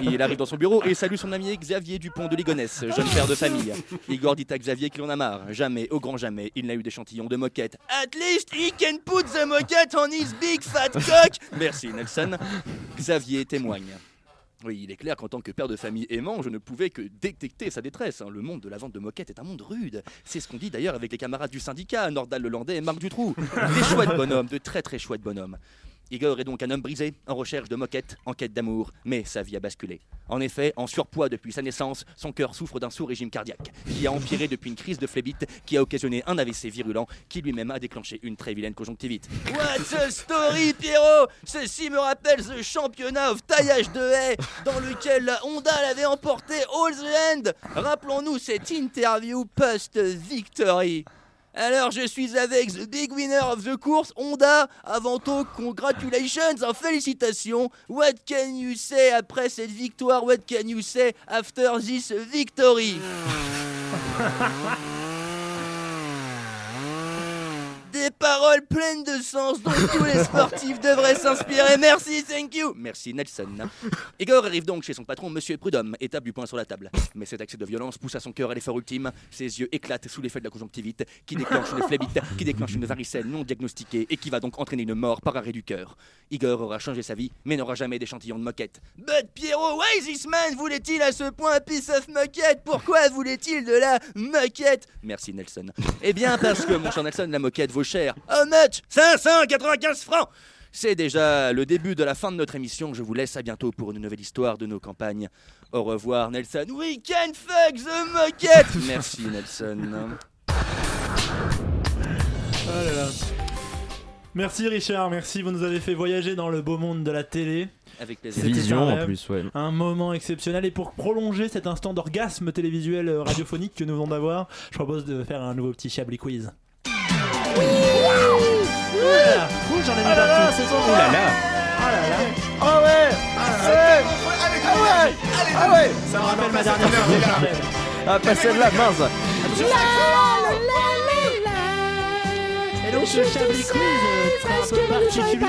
Il arrive dans son bureau et salue son ami Xavier Dupont de Ligonnès, jeune père de famille. Igor dit à Xavier qu'il en a marre. Jamais, au grand jamais, il n'a eu d'échantillon de moquette. At least he can put the moquette on his big fat cock. Merci Nelson. Xavier témoigne. Oui, il est clair qu'en tant que père de famille aimant, je ne pouvais que détecter sa détresse. hein. Le monde de la vente de moquettes est un monde rude. C'est ce qu'on dit d'ailleurs avec les camarades du syndicat, Nordal Lelandais et Marc Dutroux. Des chouettes bonhommes, de très très chouettes bonhommes. Igor est donc un homme brisé, en recherche de moquettes, en quête d'amour, mais sa vie a basculé. En effet, en surpoids depuis sa naissance, son cœur souffre d'un sous régime cardiaque, qui a empiré depuis une crise de phlébite, qui a occasionné un AVC virulent, qui lui-même a déclenché une très vilaine conjonctivite. What's the story, Pierrot Ceci me rappelle ce championnat of taillage de haie dans lequel la Honda l'avait emporté all the end. Rappelons-nous cette interview post-victory. Alors je suis avec the big winner of the course, Honda. Avant tout, congratulations, hein, félicitations. What can you say après cette victoire What can you say after this victory (laughs) Des paroles pleines de sens dont tous les sportifs devraient s'inspirer. Merci, thank you. Merci Nelson. Igor arrive donc chez son patron, Monsieur Prudhomme, et tape du poing sur la table. Mais cet accès de violence pousse à son cœur à l'effort ultime. Ses yeux éclatent sous l'effet de la conjonctivite, qui déclenche une phlébite, qui déclenche une varicelle non diagnostiquée et qui va donc entraîner une mort par arrêt du cœur. Igor aura changé sa vie, mais n'aura jamais d'échantillon de moquette. But Pierrot, why this man voulait-il à ce point un piece of moquette Pourquoi voulait-il de la moquette Merci Nelson. Eh bien parce que mon cher Nelson, la moquette vaut cher. How much 595 francs c'est déjà le début de la fin de notre émission. Je vous laisse à bientôt pour une nouvelle histoire de nos campagnes. Au revoir, Nelson. We can fuck the moquette Merci, Nelson.
Oh là là. Merci Richard, merci, vous nous avez fait voyager dans le beau monde de la télé.
Avec plaisir.
C'était
Vision,
un
en
rêve,
plus, ouais.
Un moment exceptionnel et pour prolonger cet instant d'orgasme télévisuel euh, radiophonique que nous venons d'avoir, je propose de faire un nouveau petit Chablis quiz. Oula, ouh,
Ah
j'en ai mis partout.
Oh là là.
Oh ouais
Ah ouais Ah ouais
Ça me rappelle ma dernière fois.
(laughs) Ah, pas celle-là, mince
Et donc ce Chablis Quiz, euh, c'est un peu particulier.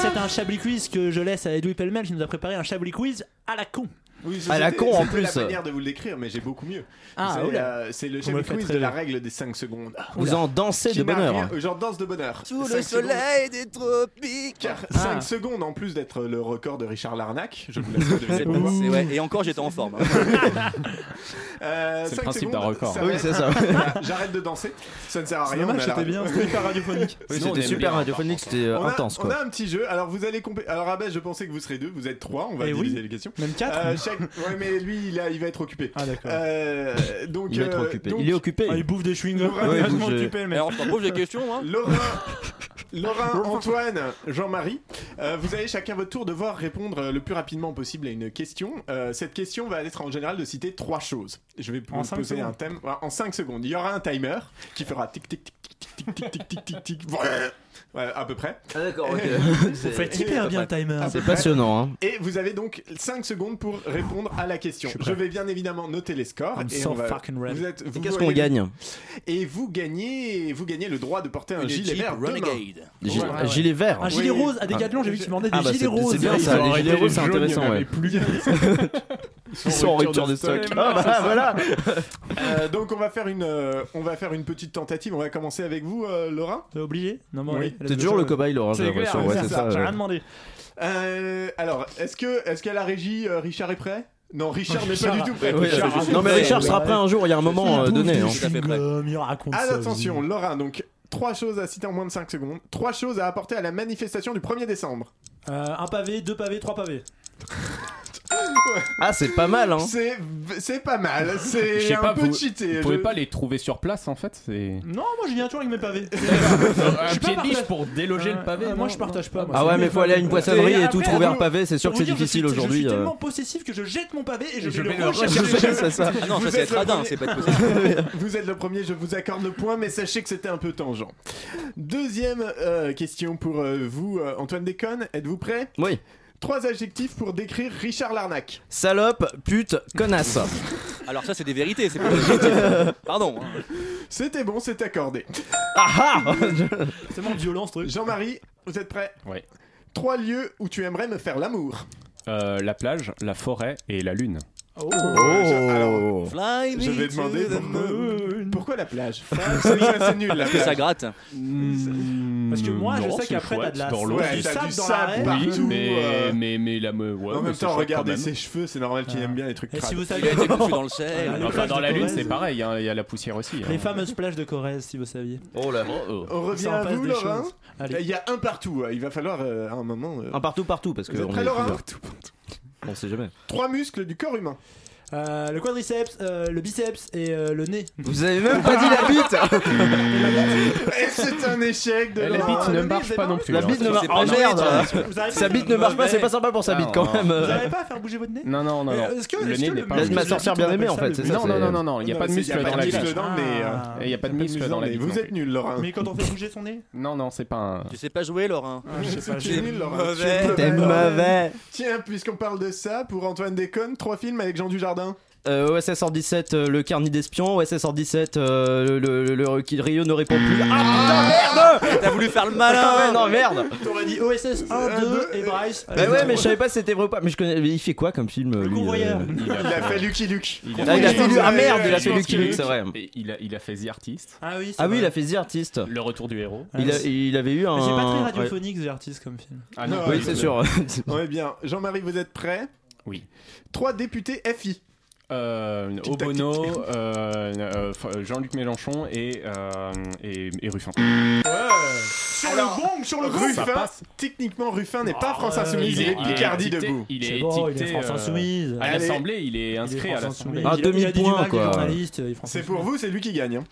C'est un Chablis Quiz que je laisse à Edoui Pellemel qui nous a préparé un Chablis Quiz à la con.
Oui,
À Ah, la
c'était-
con, en
c'était
plus.
la manière de vous le décrire, mais j'ai beaucoup mieux.
Ah,
c'est,
oula.
euh, c'est le
Vous me
Chablis
faites
Quiz de
rêver.
la règle des 5 secondes.
Vous en dansez
Qui
de hein.
n'a
bonheur.
rien- euh, J'en danse de bonheur.
Sous
Cinq
le
secondes.
soleil des tropiques.
Car 5 secondes en plus d'être le record de Richard Larnac, je vous
(laughs)
laisse le deviner.
C'est pas passé, ouais. Et encore, j'étais en forme. hein.
(laughs) Euh,
C'est le
cinq
principe
secondes,
d'un record.
va
Oui,
être-
c'est
(laughs)
ça.
Voilà, J'arrête de danser, ça ne sert à
C'est
rien.
dommage,
on a la
c'était
radio.
bien, c'était pas radiophonique.
Oui, c'était super radiophonique, c'était euh,
On a-
intense
On
quoi.
a un petit jeu. Alors vous allez compé- Alors Abel, je pensais que vous serez deux, vous êtes trois. On va
Eh oui.
diviser les questions.
Même quatre.
Euh, chaque- Ouais, mais lui, il, a- il va être occupé. Ah
d'accord.
donc
Il va être
euh,
occupé.
donc-
Il est occupé.
Ah, il bouffe des chewing-gums.
Laura-
il est vachement occupé, le mec.
on se propose des questions, hein
Laura, Laura, Antoine, Jean-Marie, Euh, vous allez chacun votre tour devoir répondre euh, le plus rapidement possible à une question. Euh, cette question va être en général de citer trois choses. Je vais
En
vous
cinq
poser un
secondes.
thème Ouais, en 5 secondes. Il y aura un timer qui fera tic tic tic tic tic tic tic tic tic. Voilà. Ouais, à peu près.
Ah, d'accord, ok.
(laughs) Vous faites hyper bien le timer.
À peu
C'est
près.
passionnant, hein.
Et vous avez donc 5 secondes pour répondre à la question. Je, vais bien évidemment noter les scores.
I'm
et
so
on va-
fucking ready.
vous êtes-
Et
vous
qu'est-ce
voyez-
qu'on gagne
Et vous gagnez, vous gagnez le droit de porter un
Une
gilet
Jeep
vert demain.
Renegade. Des gilets- un gilet vert.
Un gilet
Oui.
rose à Decathlon, j'ai vu que tu demandais des
Ah bah,
gilets
c'est-
roses.
c'est bien ça, les gilets roses, c'est intéressant, ouais. (laughs) Ils sont en rupture de stock. Ah bah voilà.
(laughs) Euh, donc on va faire une, euh, on va faire une petite tentative. On va commencer avec vous, euh, Laura.
T'es obligé Non, mais allez,
oui.
let's go, ça, ouais. C'est clair,
l'impression,
c'est ça, J'ai rien demandé.
Euh, alors, est-ce que, est-ce qu'à la régie, euh, Richard est prêt Non, Richard n'est pas
Richard-
du tout prêt.
Ouais, ouais,
Richard-
je- non, mais Richard sera prêt un jour, il y a un moment, euh, donné, hein.
Ah,
sa
attention, Laura, donc trois choses à citer en moins de 5 secondes. Trois choses à apporter à la manifestation du 1er décembre.
Euh, un pavé, deux pavés, trois pavés.
Ah, c'est pas mal, hein.
C'est, c'est pas mal. C'est
Je sais
un
pas,
peu
vous,
cheaté.
Vous pouvez
Je-
pas les trouver sur place en fait c'est...
Non, moi je viens toujours avec mes
(laughs)
pavés.
Euh,
Euh,
Un pied de biche pour déloger le pavé.
moi je partage pas. moi,
Ah
c'est
ouais,
mieux
mais
le
faut aller à
pavé.
une poissonnerie
Et
et
après,
tout trouver un
attends,
pavé, c'est sûr
pour
que c'est
vous dire, je
difficile
suis-
aujourd'hui,
Je suis
euh.
tellement possessif que je jette mon pavé et je
je
vais
vais
le
le
rechercher.
rechercher,
Je-
c'est ça.
je-
Non, ça,
vous
c'est
êtes
être
le
radin,
premier.
c'est pas être
(laughs) Vous êtes le premier, je vous accorde le point, mais sachez que c'était un peu tangent. Deuxième euh, question pour euh, vous, euh, Antoine Déconne. Êtes-vous prêt
Oui.
Trois adjectifs pour décrire Richard Larnac.
Salope, pute,
(laughs)
connasse.
Alors ça c'est des vérités, c'est pas des objectifs. Pardon. hein.
C'était bon, c'est accordé.
Ah
C'est mon violent ce truc.
Jean-Marie, vous êtes prêt
Ouais.
Trois lieux où tu aimerais me faire l'amour.
Euh, la plage, la forêt et la lune.
Oh,
Oh.
alors,
Fly me
je vais
to
demander
the
pourquoi, pourquoi la (laughs) plage C'est c'est nul Hmm. la
Parce que ça
plage.
gratte.
Parce que moi, je
Non,
sais
c'est
qu'après, t'as
chouette,
de la
dans l'eau.
Ouais, t'as du sable
Oui,
partout.
mais,
euh,
mais, mais la me- ouais,
en
mais
même
c'est
temps,
chouette
regardez
quand même.
ses cheveux, c'est normal qu'il aime bien les trucs
Ah. Et si
crades.
vous saviez- Il a été
(laughs)
couché (laughs) dans le sel.
Enfin,
Les plages
dans
de
la lune,
Corrèze.
c'est pareil, hein, il y a la poussière aussi.
Les
hein.
fameuses plages de Corrèze, si vous saviez.
Oh là.
On revient
Ça en
à
passe
vous,
des
Laura.
choses. Allez.
Il y a un partout. euh, Il va falloir euh, à un moment. euh,
Un partout partout parce que
Vous êtes
on
prêts,
est
Laura
plusieurs. On sait jamais.
Trois muscles du corps humain.
Euh, le quadriceps, euh, le biceps et euh, le nez.
Vous avez même pas dit la
(laughs)
bite
Et c'est un échec de
La
Laura.
bite ne
Le nez,
marche
vous êtes
pas
dans
non
le-
plus, hein.
hein.
La bite ne marche pas. Oh merde Sa bite ne marche pas, c'est pas sympa pour sa bite quand même.
Vous n'arrivez pas à faire bouger votre nez
Non, non, non.
Mais euh,
non.
est-ce que-
le
est-ce
nez
que
n'est
le
pas.
muscle-
Ma sorcière bien aimée en fait, c'est ça
Non,
c'est-
non, non, non, non, il n'y a
Non,
pas de
mais c'est-
muscle
y a pas
dans
de
la
muscle
plage.
dedans, mais, euh,
Ah.
Il n'y a pas de muscle dans la
Mais
vie.
vous êtes nul, Laura.
Mais quand on fait bouger son nez
Non, non, c'est pas un.
Tu sais pas jouer Laurent.
Ah, Je sais pas,
Tu es
t'es nul, Laura.
mauvais.
Tu es
T'es mauvais.
Tiens, puisqu'on parle de ça, pour Antoine Déconne, trois films avec Jean Dujardin.
Euh, OSS 117, euh, le carnet d'espions. OSS 117, euh, le, le- le- qui- Rio ne répond plus. Ah
(laughs)
putain, merde
T'as voulu faire le malin.
Ah,
Ouais, Non, merde
T'aurais dit OSS 1, 2 Euh, et Bryce.
Bah ouais, mais je savais pas si c'était vrai ou pas. Mais je connais. mais Il fait quoi comme film euh, lui,
Convoyeur.
euh,
Il a fait Lucky Luke.
Il a- il a fait Lu- Ah merde, il a fait
Je pense
Lucky
qu'il
Luke,
est-
c'est vrai.
et Il a, il a fait The Artist,
Ah oui, c'est
Ah oui,
vrai.
il a fait The Artist.
Le Retour du Héros.
Il, a- il avait eu un.
Mais C'est pas très
ouais.
radiophonique, The Artist, comme film.
Ah non,
Non,
pas
Oui,
du
c'est
tout.
(laughs)
sûr.
On est bien. Jean-Marie, vous êtes prêt
Oui.
Trois députés FI.
Euh, Obono, euh, euh, f- Jean-Luc Mélenchon et, euh, et, et Ruffin.
Sur
Alors,
le gong, sur le gong
Ruffin,
ça passe.
techniquement, Ruffin n'est pas
Ah,
France
ouais.
Insoumise, il est Picardie
étiqueté-
debout.
Il est
C'est bon,
étiqueté,
il est France
euh,
Insoumise.
à l'Assemblée, il est inscrit à l'Assemblée.
Ah,
Il a- il a du
demi-point,
mal, les
quoi.
journalistes, les Français.
C'est pour vous, c'est lui qui gagne. hein.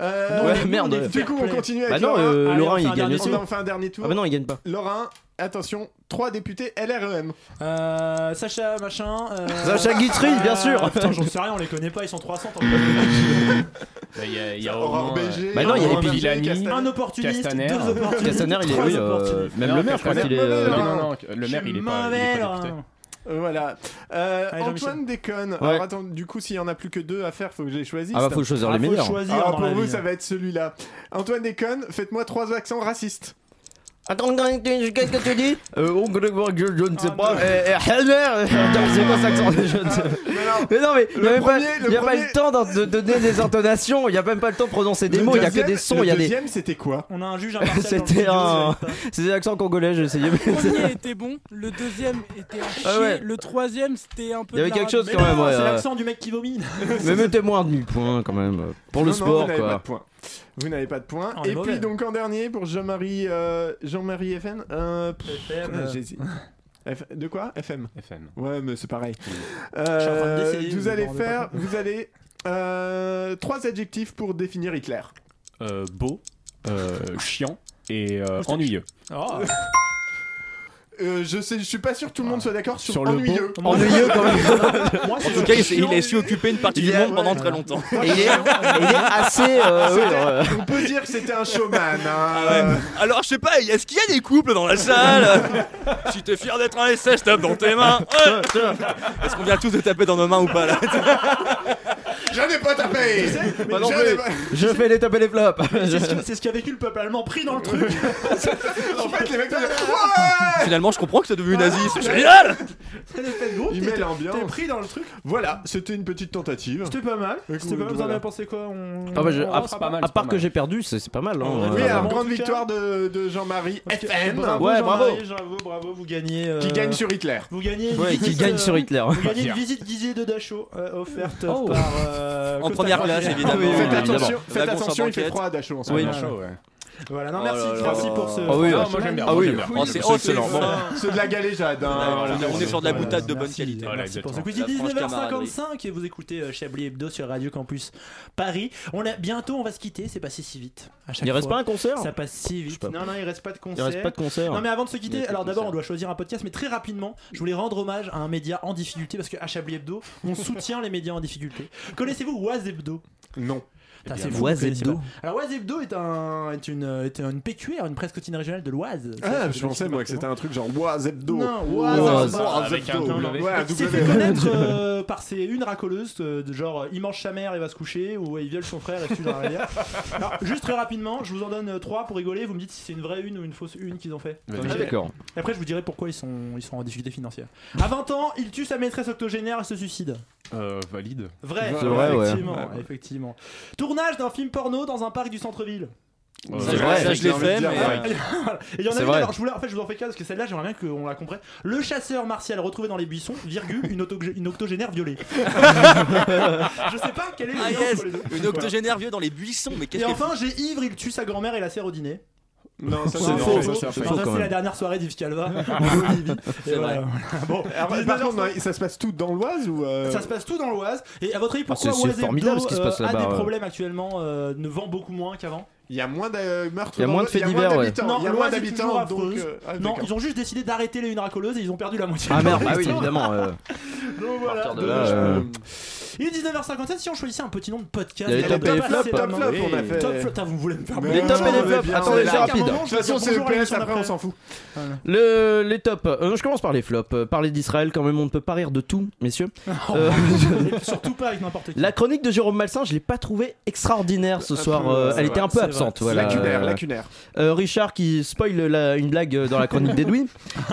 Euh,
Non,
Ouais,
mais nous,
merde,
on est
ouais.
Du coup, on
fair-play.
continue
Bah
avec
non,
Laura.
euh,
Allez, on
Laurent
fait un
il gagne
dernier
aussi.
On a enfin un dernier tour.
Ah bah non, il gagne pas.
Laura, attention, trois députés E LREM.
Euh, Sacha machin. euh,
Sacha Guitry, bien sûr.
Ah, Putain, j'en sais rien, on les connaît pas, ils sont 300. tant pis.
(laughs) Bah, Il y a, il y a au
Aurore
moins, euh,
BG.
Bah non, il y a
Aurore
les
Berger,
Villani.
Castaner.
Un opportuniste,
Castaner.
deux opportunistes.
Castaner, il est.
trois
Oui, euh,
opportunistes.
même
Non,
le maire, je crois
Castaner,
qu'il est.
mauvais,
euh,
là.
Non, non, non, le
Je
maire,
suis
il est pas, il
mauvais,
est pas
là.
député.
Voilà. Euh,
Allez,
Antoine
Jean-Michel.
déconne.
Ouais.
Alors attends, du coup, s'il y en a plus que deux à faire, faut que je les choisisse.
Ah bah faut choisir
Ah,
les
faut
meilleurs.
choisir
Alors
dans
pour
la
vous,
vie.
ça va être celui-là. Antoine déconne, faites-moi trois accents racistes.
Attends, qu'est-ce que tu dis Euh, on connaît pas, je, je ne sais
Ah,
pas. Euh, euh, Helmer Attends, c'est quoi cet accent Je ne sais pas. Mais non, mais il n'y a,
Le
même pas-
premier- le
il y a pas
premier-
le temps d'en- de donner des intonations, il n'y a même pas le temps de prononcer des
Le
mots, il n'y a que
Ah, deuxième-
des sons, il y a
Le
des. (laughs)
deuxième, c'était quoi
On a un juge impartial. dans le
C'était
studio,
un.
vous savez
hein.
(laughs)
pas.
C'était l'accent congolais, j'ai essayé.
Le
mais-
premier était bon, le deuxième était un chier,
Ah ouais.
le troisième c'était un peu.
Il y
de
avait
la
quelque chose
rade-
Mais
quand même,
non,
ouais.
c'est
euh,
l'accent du mec qui vomit. (laughs)
(laughs) Mais mettez-moi un demi-point quand même. euh, Pour le
Non, bah, non,
sport,
vous n'avez pas
quoi.
de points. Vous n'avez pas de points.
Ah, on est
Et puis
mauvais.
donc en dernier pour Jean-Marie euh, Jean-Marie FN. euh, pff,
FM,
euh,
euh,
j'hésite. F- De quoi FM.
FM.
Ouais, mais c'est pareil.
Je suis en train de
Euh,
d'essayer,
vous
mais
allez
bon, on est pas
faire, vous allez euh, trois adjectifs pour définir Hitler.
Euh, beau, euh, chiant et euh, ennuyeux.
Oh,
(laughs) Euh, je sais, je suis pas sûr que tout le monde soit d'accord sur,
Sur le
ennuyeux.
bon- Ennuyeux, quand
(laughs)
même.
(laughs) Moi,
En
c'est
tout cas, il,
chiant.
il a su occuper une partie du monde pendant très longtemps.
Et il est- il est assez,
euh,
C'était-
oui, alors,
On peut dire que c'était un showman. hein.
(laughs)
Euh, Alors, je sais pas, est-ce qu'il y a des couples dans la salle Oh, Si t'es fier d'être un SS, tape dans tes mains. Ouais. Est-ce qu'on vient tous de taper dans nos mains ou pas là
J'en ai pas tapé.
Bah non,
J'en
mais
ai pas-
Je fais les taper les flops. (laughs)
C'est ce que- c'est ce qu'a vécu le peuple allemand pris dans le truc.
(laughs) en fait, les mecs, ils disent,
Finalement, je comprends que c'est devenu nazi,
(laughs)
c'est génial
C'est l'effet de groupe,
Il
t'es-
met l'ambiance.
T'es pris dans le truc.
Voilà, c'était une petite tentative.
C'était pas mal.
Écoute,
C'était pas mal. Vous en
voilà.
avez pensé quoi on...
Ah bah je-
on
à,
rattrape
à
pas mal,
part
Oh, c'est
que j'ai perdu, c'est c'est pas mal. hein.
Oui,
Euh,
alors
bon.
grande victoire de, de Jean-Marie FN.
Bravo,
Ouais,
Jean-Marie,
bravo.
Bravo, bravo, vous gagnez. euh,
Qui gagne sur Hitler.
Vous gagnez. une
Ouais, qui
visite,
gagne
euh,
sur Hitler.
Vous gagnez une
Fier.
visite guidée de Dachau euh, offerte
Oh.
par. euh,
En
Costa
première
Rica.
classe, évidemment. Oui, oui,
Faites
oui,
attention,
d'abord.
faites
La course en
attention il fait
banquette.
froid à Dachau hein, en ce
Oui.
moment.
Dachau, ouais.
Voilà, Ah non,
Oh
merci,
là là
merci
là
pour
là
ce.
là. Ah oui, ah,
ce
moi, j'aime bien, moi, j'aime bien. Oh, c'est- oh, c'est fin.
C'est de la galéjade. hein,
Ouais,
voilà.
on est sur de la boutade de bonne
Merci,
qualité.
Ah,
merci pour ce quiz. Il est 19h55 et vous écoutez euh, Chablis Hebdo sur Radio Campus Paris. On a, bientôt, on va se quitter, c'est passé si vite. à chaque
Il reste
fois.
pas un concert
Ça passe si vite.
pas.
Non, non, il reste pas de
Il
concert.
reste pas de concert.
Non, mais avant de se
Il
quitter,
reste
alors
pas de
d'abord, on
concert.
doit choisir un podcast, mais très rapidement, je voulais rendre hommage à un média en difficulté parce qu'à Chablis Hebdo, on soutient les médias en difficulté. Connaissez-vous Oise Hebdo
Non.
Putain,
Eh
c'est
bien,
fou,
Oise
vous connaissez
Hebdo.
pas. Alors Oise Hebdo est, un, est, une, est une PQR, une presse quotidienne régionale de l'Oise. Ça,
Ah,
c'est
je pensais moi que c'était un truc genre Oise Hebdo.
Non,
Oise
Oise.
Oise Hebdo. Ouais, un
Il s'est
W.
fait connaître
(laughs)
euh, par ses une racoleuse euh, de genre euh, il mange sa mère et va se coucher ou euh, il viole son frère et se tue dans la
(laughs)
rivière. Alors, juste très rapidement, je vous en donne euh, trois pour rigoler. Vous me dites si c'est une vraie une ou une fausse une qu'ils ont fait.
Vas-y.
Vous savez.
D'accord.
Et après, je vous dirai pourquoi ils sont, ils sont en difficulté financière. À 20 ans, il tue sa maîtresse octogénaire et se suicide.
Euh, valide.
Vrai,
C'est vrai, ouais.
effectivement,
Ouais, ouais.
effectivement. Tournage d'un film porno dans un parc du centre-ville.
Euh,
C'est vrai, ça, je l'ai fait, mais- euh,
(laughs) Et il y en a
C'est
une,
vrai.
alors je voulais, en fait, je vous en fais quatre parce que celle-là, j'aimerais bien qu'on la comprenne. Le chasseur martial retrouvé dans les buissons, virgule, une, auto- une
(laughs)
octogénaire violée. je sais pas quel est le
Ah
lien
yes
entre les deux.
Une octogénaire vieux dans les buissons, mais
Et
qu'est-ce qu'elle
enfin, j'ai ivre, il tue sa grand-mère et la serre au dîner.
Non, ça
C'est
c'est
un
non,
faux.
ça,
Enfin,
c'est un
ça,
fake.
quand
c'est
même.
la dernière soirée d'Yves
(laughs)
Calva en Bolivie.
(laughs)
C'est
Et
vrai.
voilà, voilà. Bon,
Alors,
dix-neuf
par contre,
heures,
non, ça se passe tout dans l'Oise ou euh,
ça se passe tout dans l'Oise. Et à votre avis, pourquoi
Ah, c'est- c'est
Oise
formidable
Hebdo,
ce qui se passe
euh, a
là-bas,
des
ouais.
problèment actuellement, euh, ne vend beaucoup moins qu'avant
Il y a moins de euh, meurtres.
Il y a
dans
moins
l'Oise,
de faits divers, ouais.
d'habitants, Il y a moins
l'Oise est toujours
d'habitants. donc,
affreuse.
euh, ah,
non,
d'accord.
ils ont juste décidé d'arrêter les une racoleuses et ils ont perdu la moitié.
Ah
de leur
merde, bah
(laughs)
oui,
électorat.
évidemment. euh,
Donc voilà.
de là,
donc,
euh,
Il est 19h57. Si on choisissait un petit nom de podcast,
Il y a les
on
top
peut
et les
pas
flops. hein.
passer la
Top
main.
flop, on a fait.
Top flop, putain, vous voulez me faire
Mais
mal.
Les tops
non,
et les
mais
flops.
bien,
Attendez,
c'est
c'est
là.
rapide.
De toute façon, c'est le PS, après on s'en fout.
Le, les tops. Euh, non, je commence par les flops. Euh, Parler d'Israël, quand même, on ne peut pas rire de tout,
(laughs)
messieurs.
Oh,
Euh, (laughs)
Surtout pas avec n'importe qui.
la chronique de Jérôme Malsain, je l'ai pas trouvée extraordinaire ce
Un peu,
soir.
euh,
Euh,
c'est
elle était
vrai,
un peu
c'est
absente.
vrai.
Voilà.
Lacunaire,
Euh,
lacunaire.
euh, Richard qui spoil la- une blague euh, dans la chronique d'Edoui.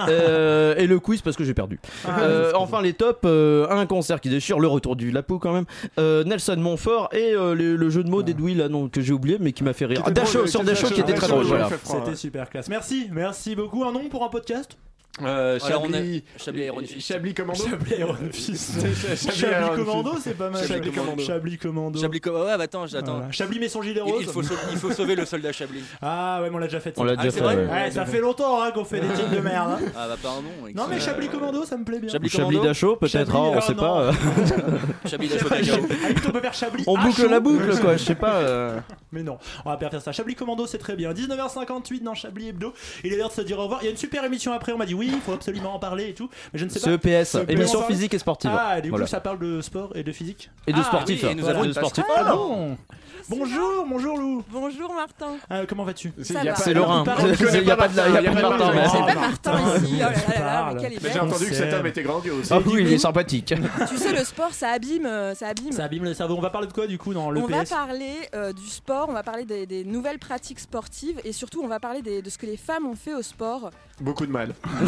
Euh, et le quiz parce que j'ai perdu. Euh, enfin, les tops. euh, un concert qui déchire, le retour du Lapo quand même. Euh, Nelson Montfort et euh, le, le jeu de mots d'Edoui là, non, que j'ai oublié mais qui m'a fait rire. Ah,
Qui était
Dachau,
drôle,
sur
qui était
Dachau qui était très
Dachau,
drôle.
ouais,
Voilà.
fait froid, ouais.
C'était super classe. Merci, merci beaucoup. Un nom pour un podcast Ah,
Euh,
Alors, on a-
Chablis.
Chablis Iron Fist.
Chablis Commando.
Chablis Iron
(laughs)
Fist.
Chablis Iron
Chablis Commando,
Fist.
c'est pas mal.
Chablis Commando.
Chablis Commando.
Chablis comme. Ouais, bah, attends, j'attends.
Voilà. Chablis met son gilet
Il,
rose.
il faut sauver, il faut sauver le soldat Chablis.
Ah ouais, mais on l'a déjà fait. ça.
On l'a
Ah,
déjà
c'est
fait,
vrai
ouais.
(laughs) Ouais, ça fait longtemps hein, qu'on fait des titres de merde. hein.
Ah bah pardon.
Non mais Chablis Commando, ça me plaît bien.
Chablis
Chablis
Commando.
Dachau, peut-être,
Chablis,
hein, on
euh,
sait
non.
pas. euh.
Chablis Dachau Dachau.
Ah, écoute, on peut faire Chablis.
(laughs) On
à
boucle
chaud.
la boucle, quoi, je sais pas. euh.
Mais non, on va pas faire ça. Chablis Commando, c'est très bien. 19h58 dans Chablis Hebdo. Il est l'heure de se dire au revoir. Il y a une super émission après. On m'a dit oui, il faut absolument en parler et tout. Mais je ne sais pas. E
CEPS,
CEPS, on
E émission
parle-
physique et sportive.
Ah, et du coup,
Voilà.
ça parle de sport et de physique.
Et de
Ah,
sportif.
oui, et nous
Voilà.
avons une
De
page
sportif.
Ah, non. Bonjour, bonjour Lou.
Bonjour Martin.
Euh, comment vas-tu
C'est-
Ça
il y a
va.
pas-
C'est Lorrain.
parle-
(laughs) Il
connaît
n'y a
pas
pas de il y a pas
Martin,
de
il y a
Martin,
pas
merci.
Oh,
C'est Martin ici. Oh là là là là,
parle.
mais quel
Mais
événement.
J'ai entendu que cet
s'aime.
homme était grandiose.
Ah oui, il est sympathique.
Tu sais, le sport, ça abîme. euh, Ça abîme.
Ça abîme le cerveau. On va parler de quoi du coup dans le
on va
PS
parler euh, du sport, on va parler des, des nouvelles pratiques sportives et surtout on va parler des- de ce que les femmes ont fait au sport.
Beaucoup de mal.
euh,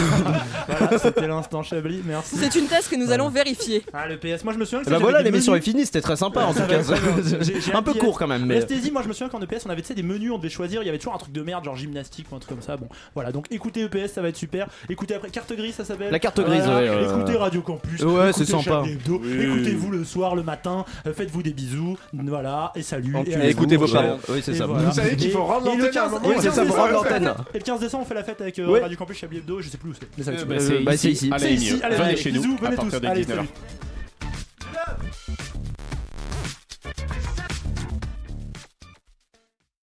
(laughs) Voilà, C'était l'instant Chablis. Merci.
C'est une thèse que nous allons vérifier.
Ah, le PS. Moi, je me souviens que
Et bah
j'avais
voilà,
des
l'émission est
menus.
finie, c'était très sympa en
Ça
tout
va
cas.
très bien. J'ai-
(laughs)
j'ai
Un peu
appris à-
court quand même, mais.
Restez-y, moi je me souviens qu'en EPS on avait tu sais, des menus, on devait choisir, il y avait toujours un truc de merde, genre gymnastique ou un truc comme ça. Bon, voilà, donc écoutez EPS, ça va être super. Écoutez après, carte grise ça s'appelle.
La carte grise,
Voilà.
ouais, ouais, ouais.
Écoutez Radio Campus.
Ouais,
écoutez
c'est sympa.
Chablis Hebdo,
Oui.
Écoutez-vous le soir, le matin, euh, faites-vous des bisous, voilà, et salut.
Enculez-vous,
à la
écoutez vos
prochaine.
parents.
Oui, c'est
Et
ça.
voilà.
Vous savez qu'il
Et-
faut rendre
et le
l'antenne à un
15
moment.
et le
Oui, c'est
15
ça, pour rendre
décembre,
l'antenne.
Et le 15 décembre, on fait la fête avec euh,
Oui.
Radio Campus Chablis Hebdo, je sais plus où c'est. Mais ça,
Euh,
tu
bah,
vois.
Euh, bah, c'est ici.
C'est
Allez,
ici, allez,
venez
allez,
chez nous
bisous,
à
venez
partir
tous.
de
Allez,
19h.
salut.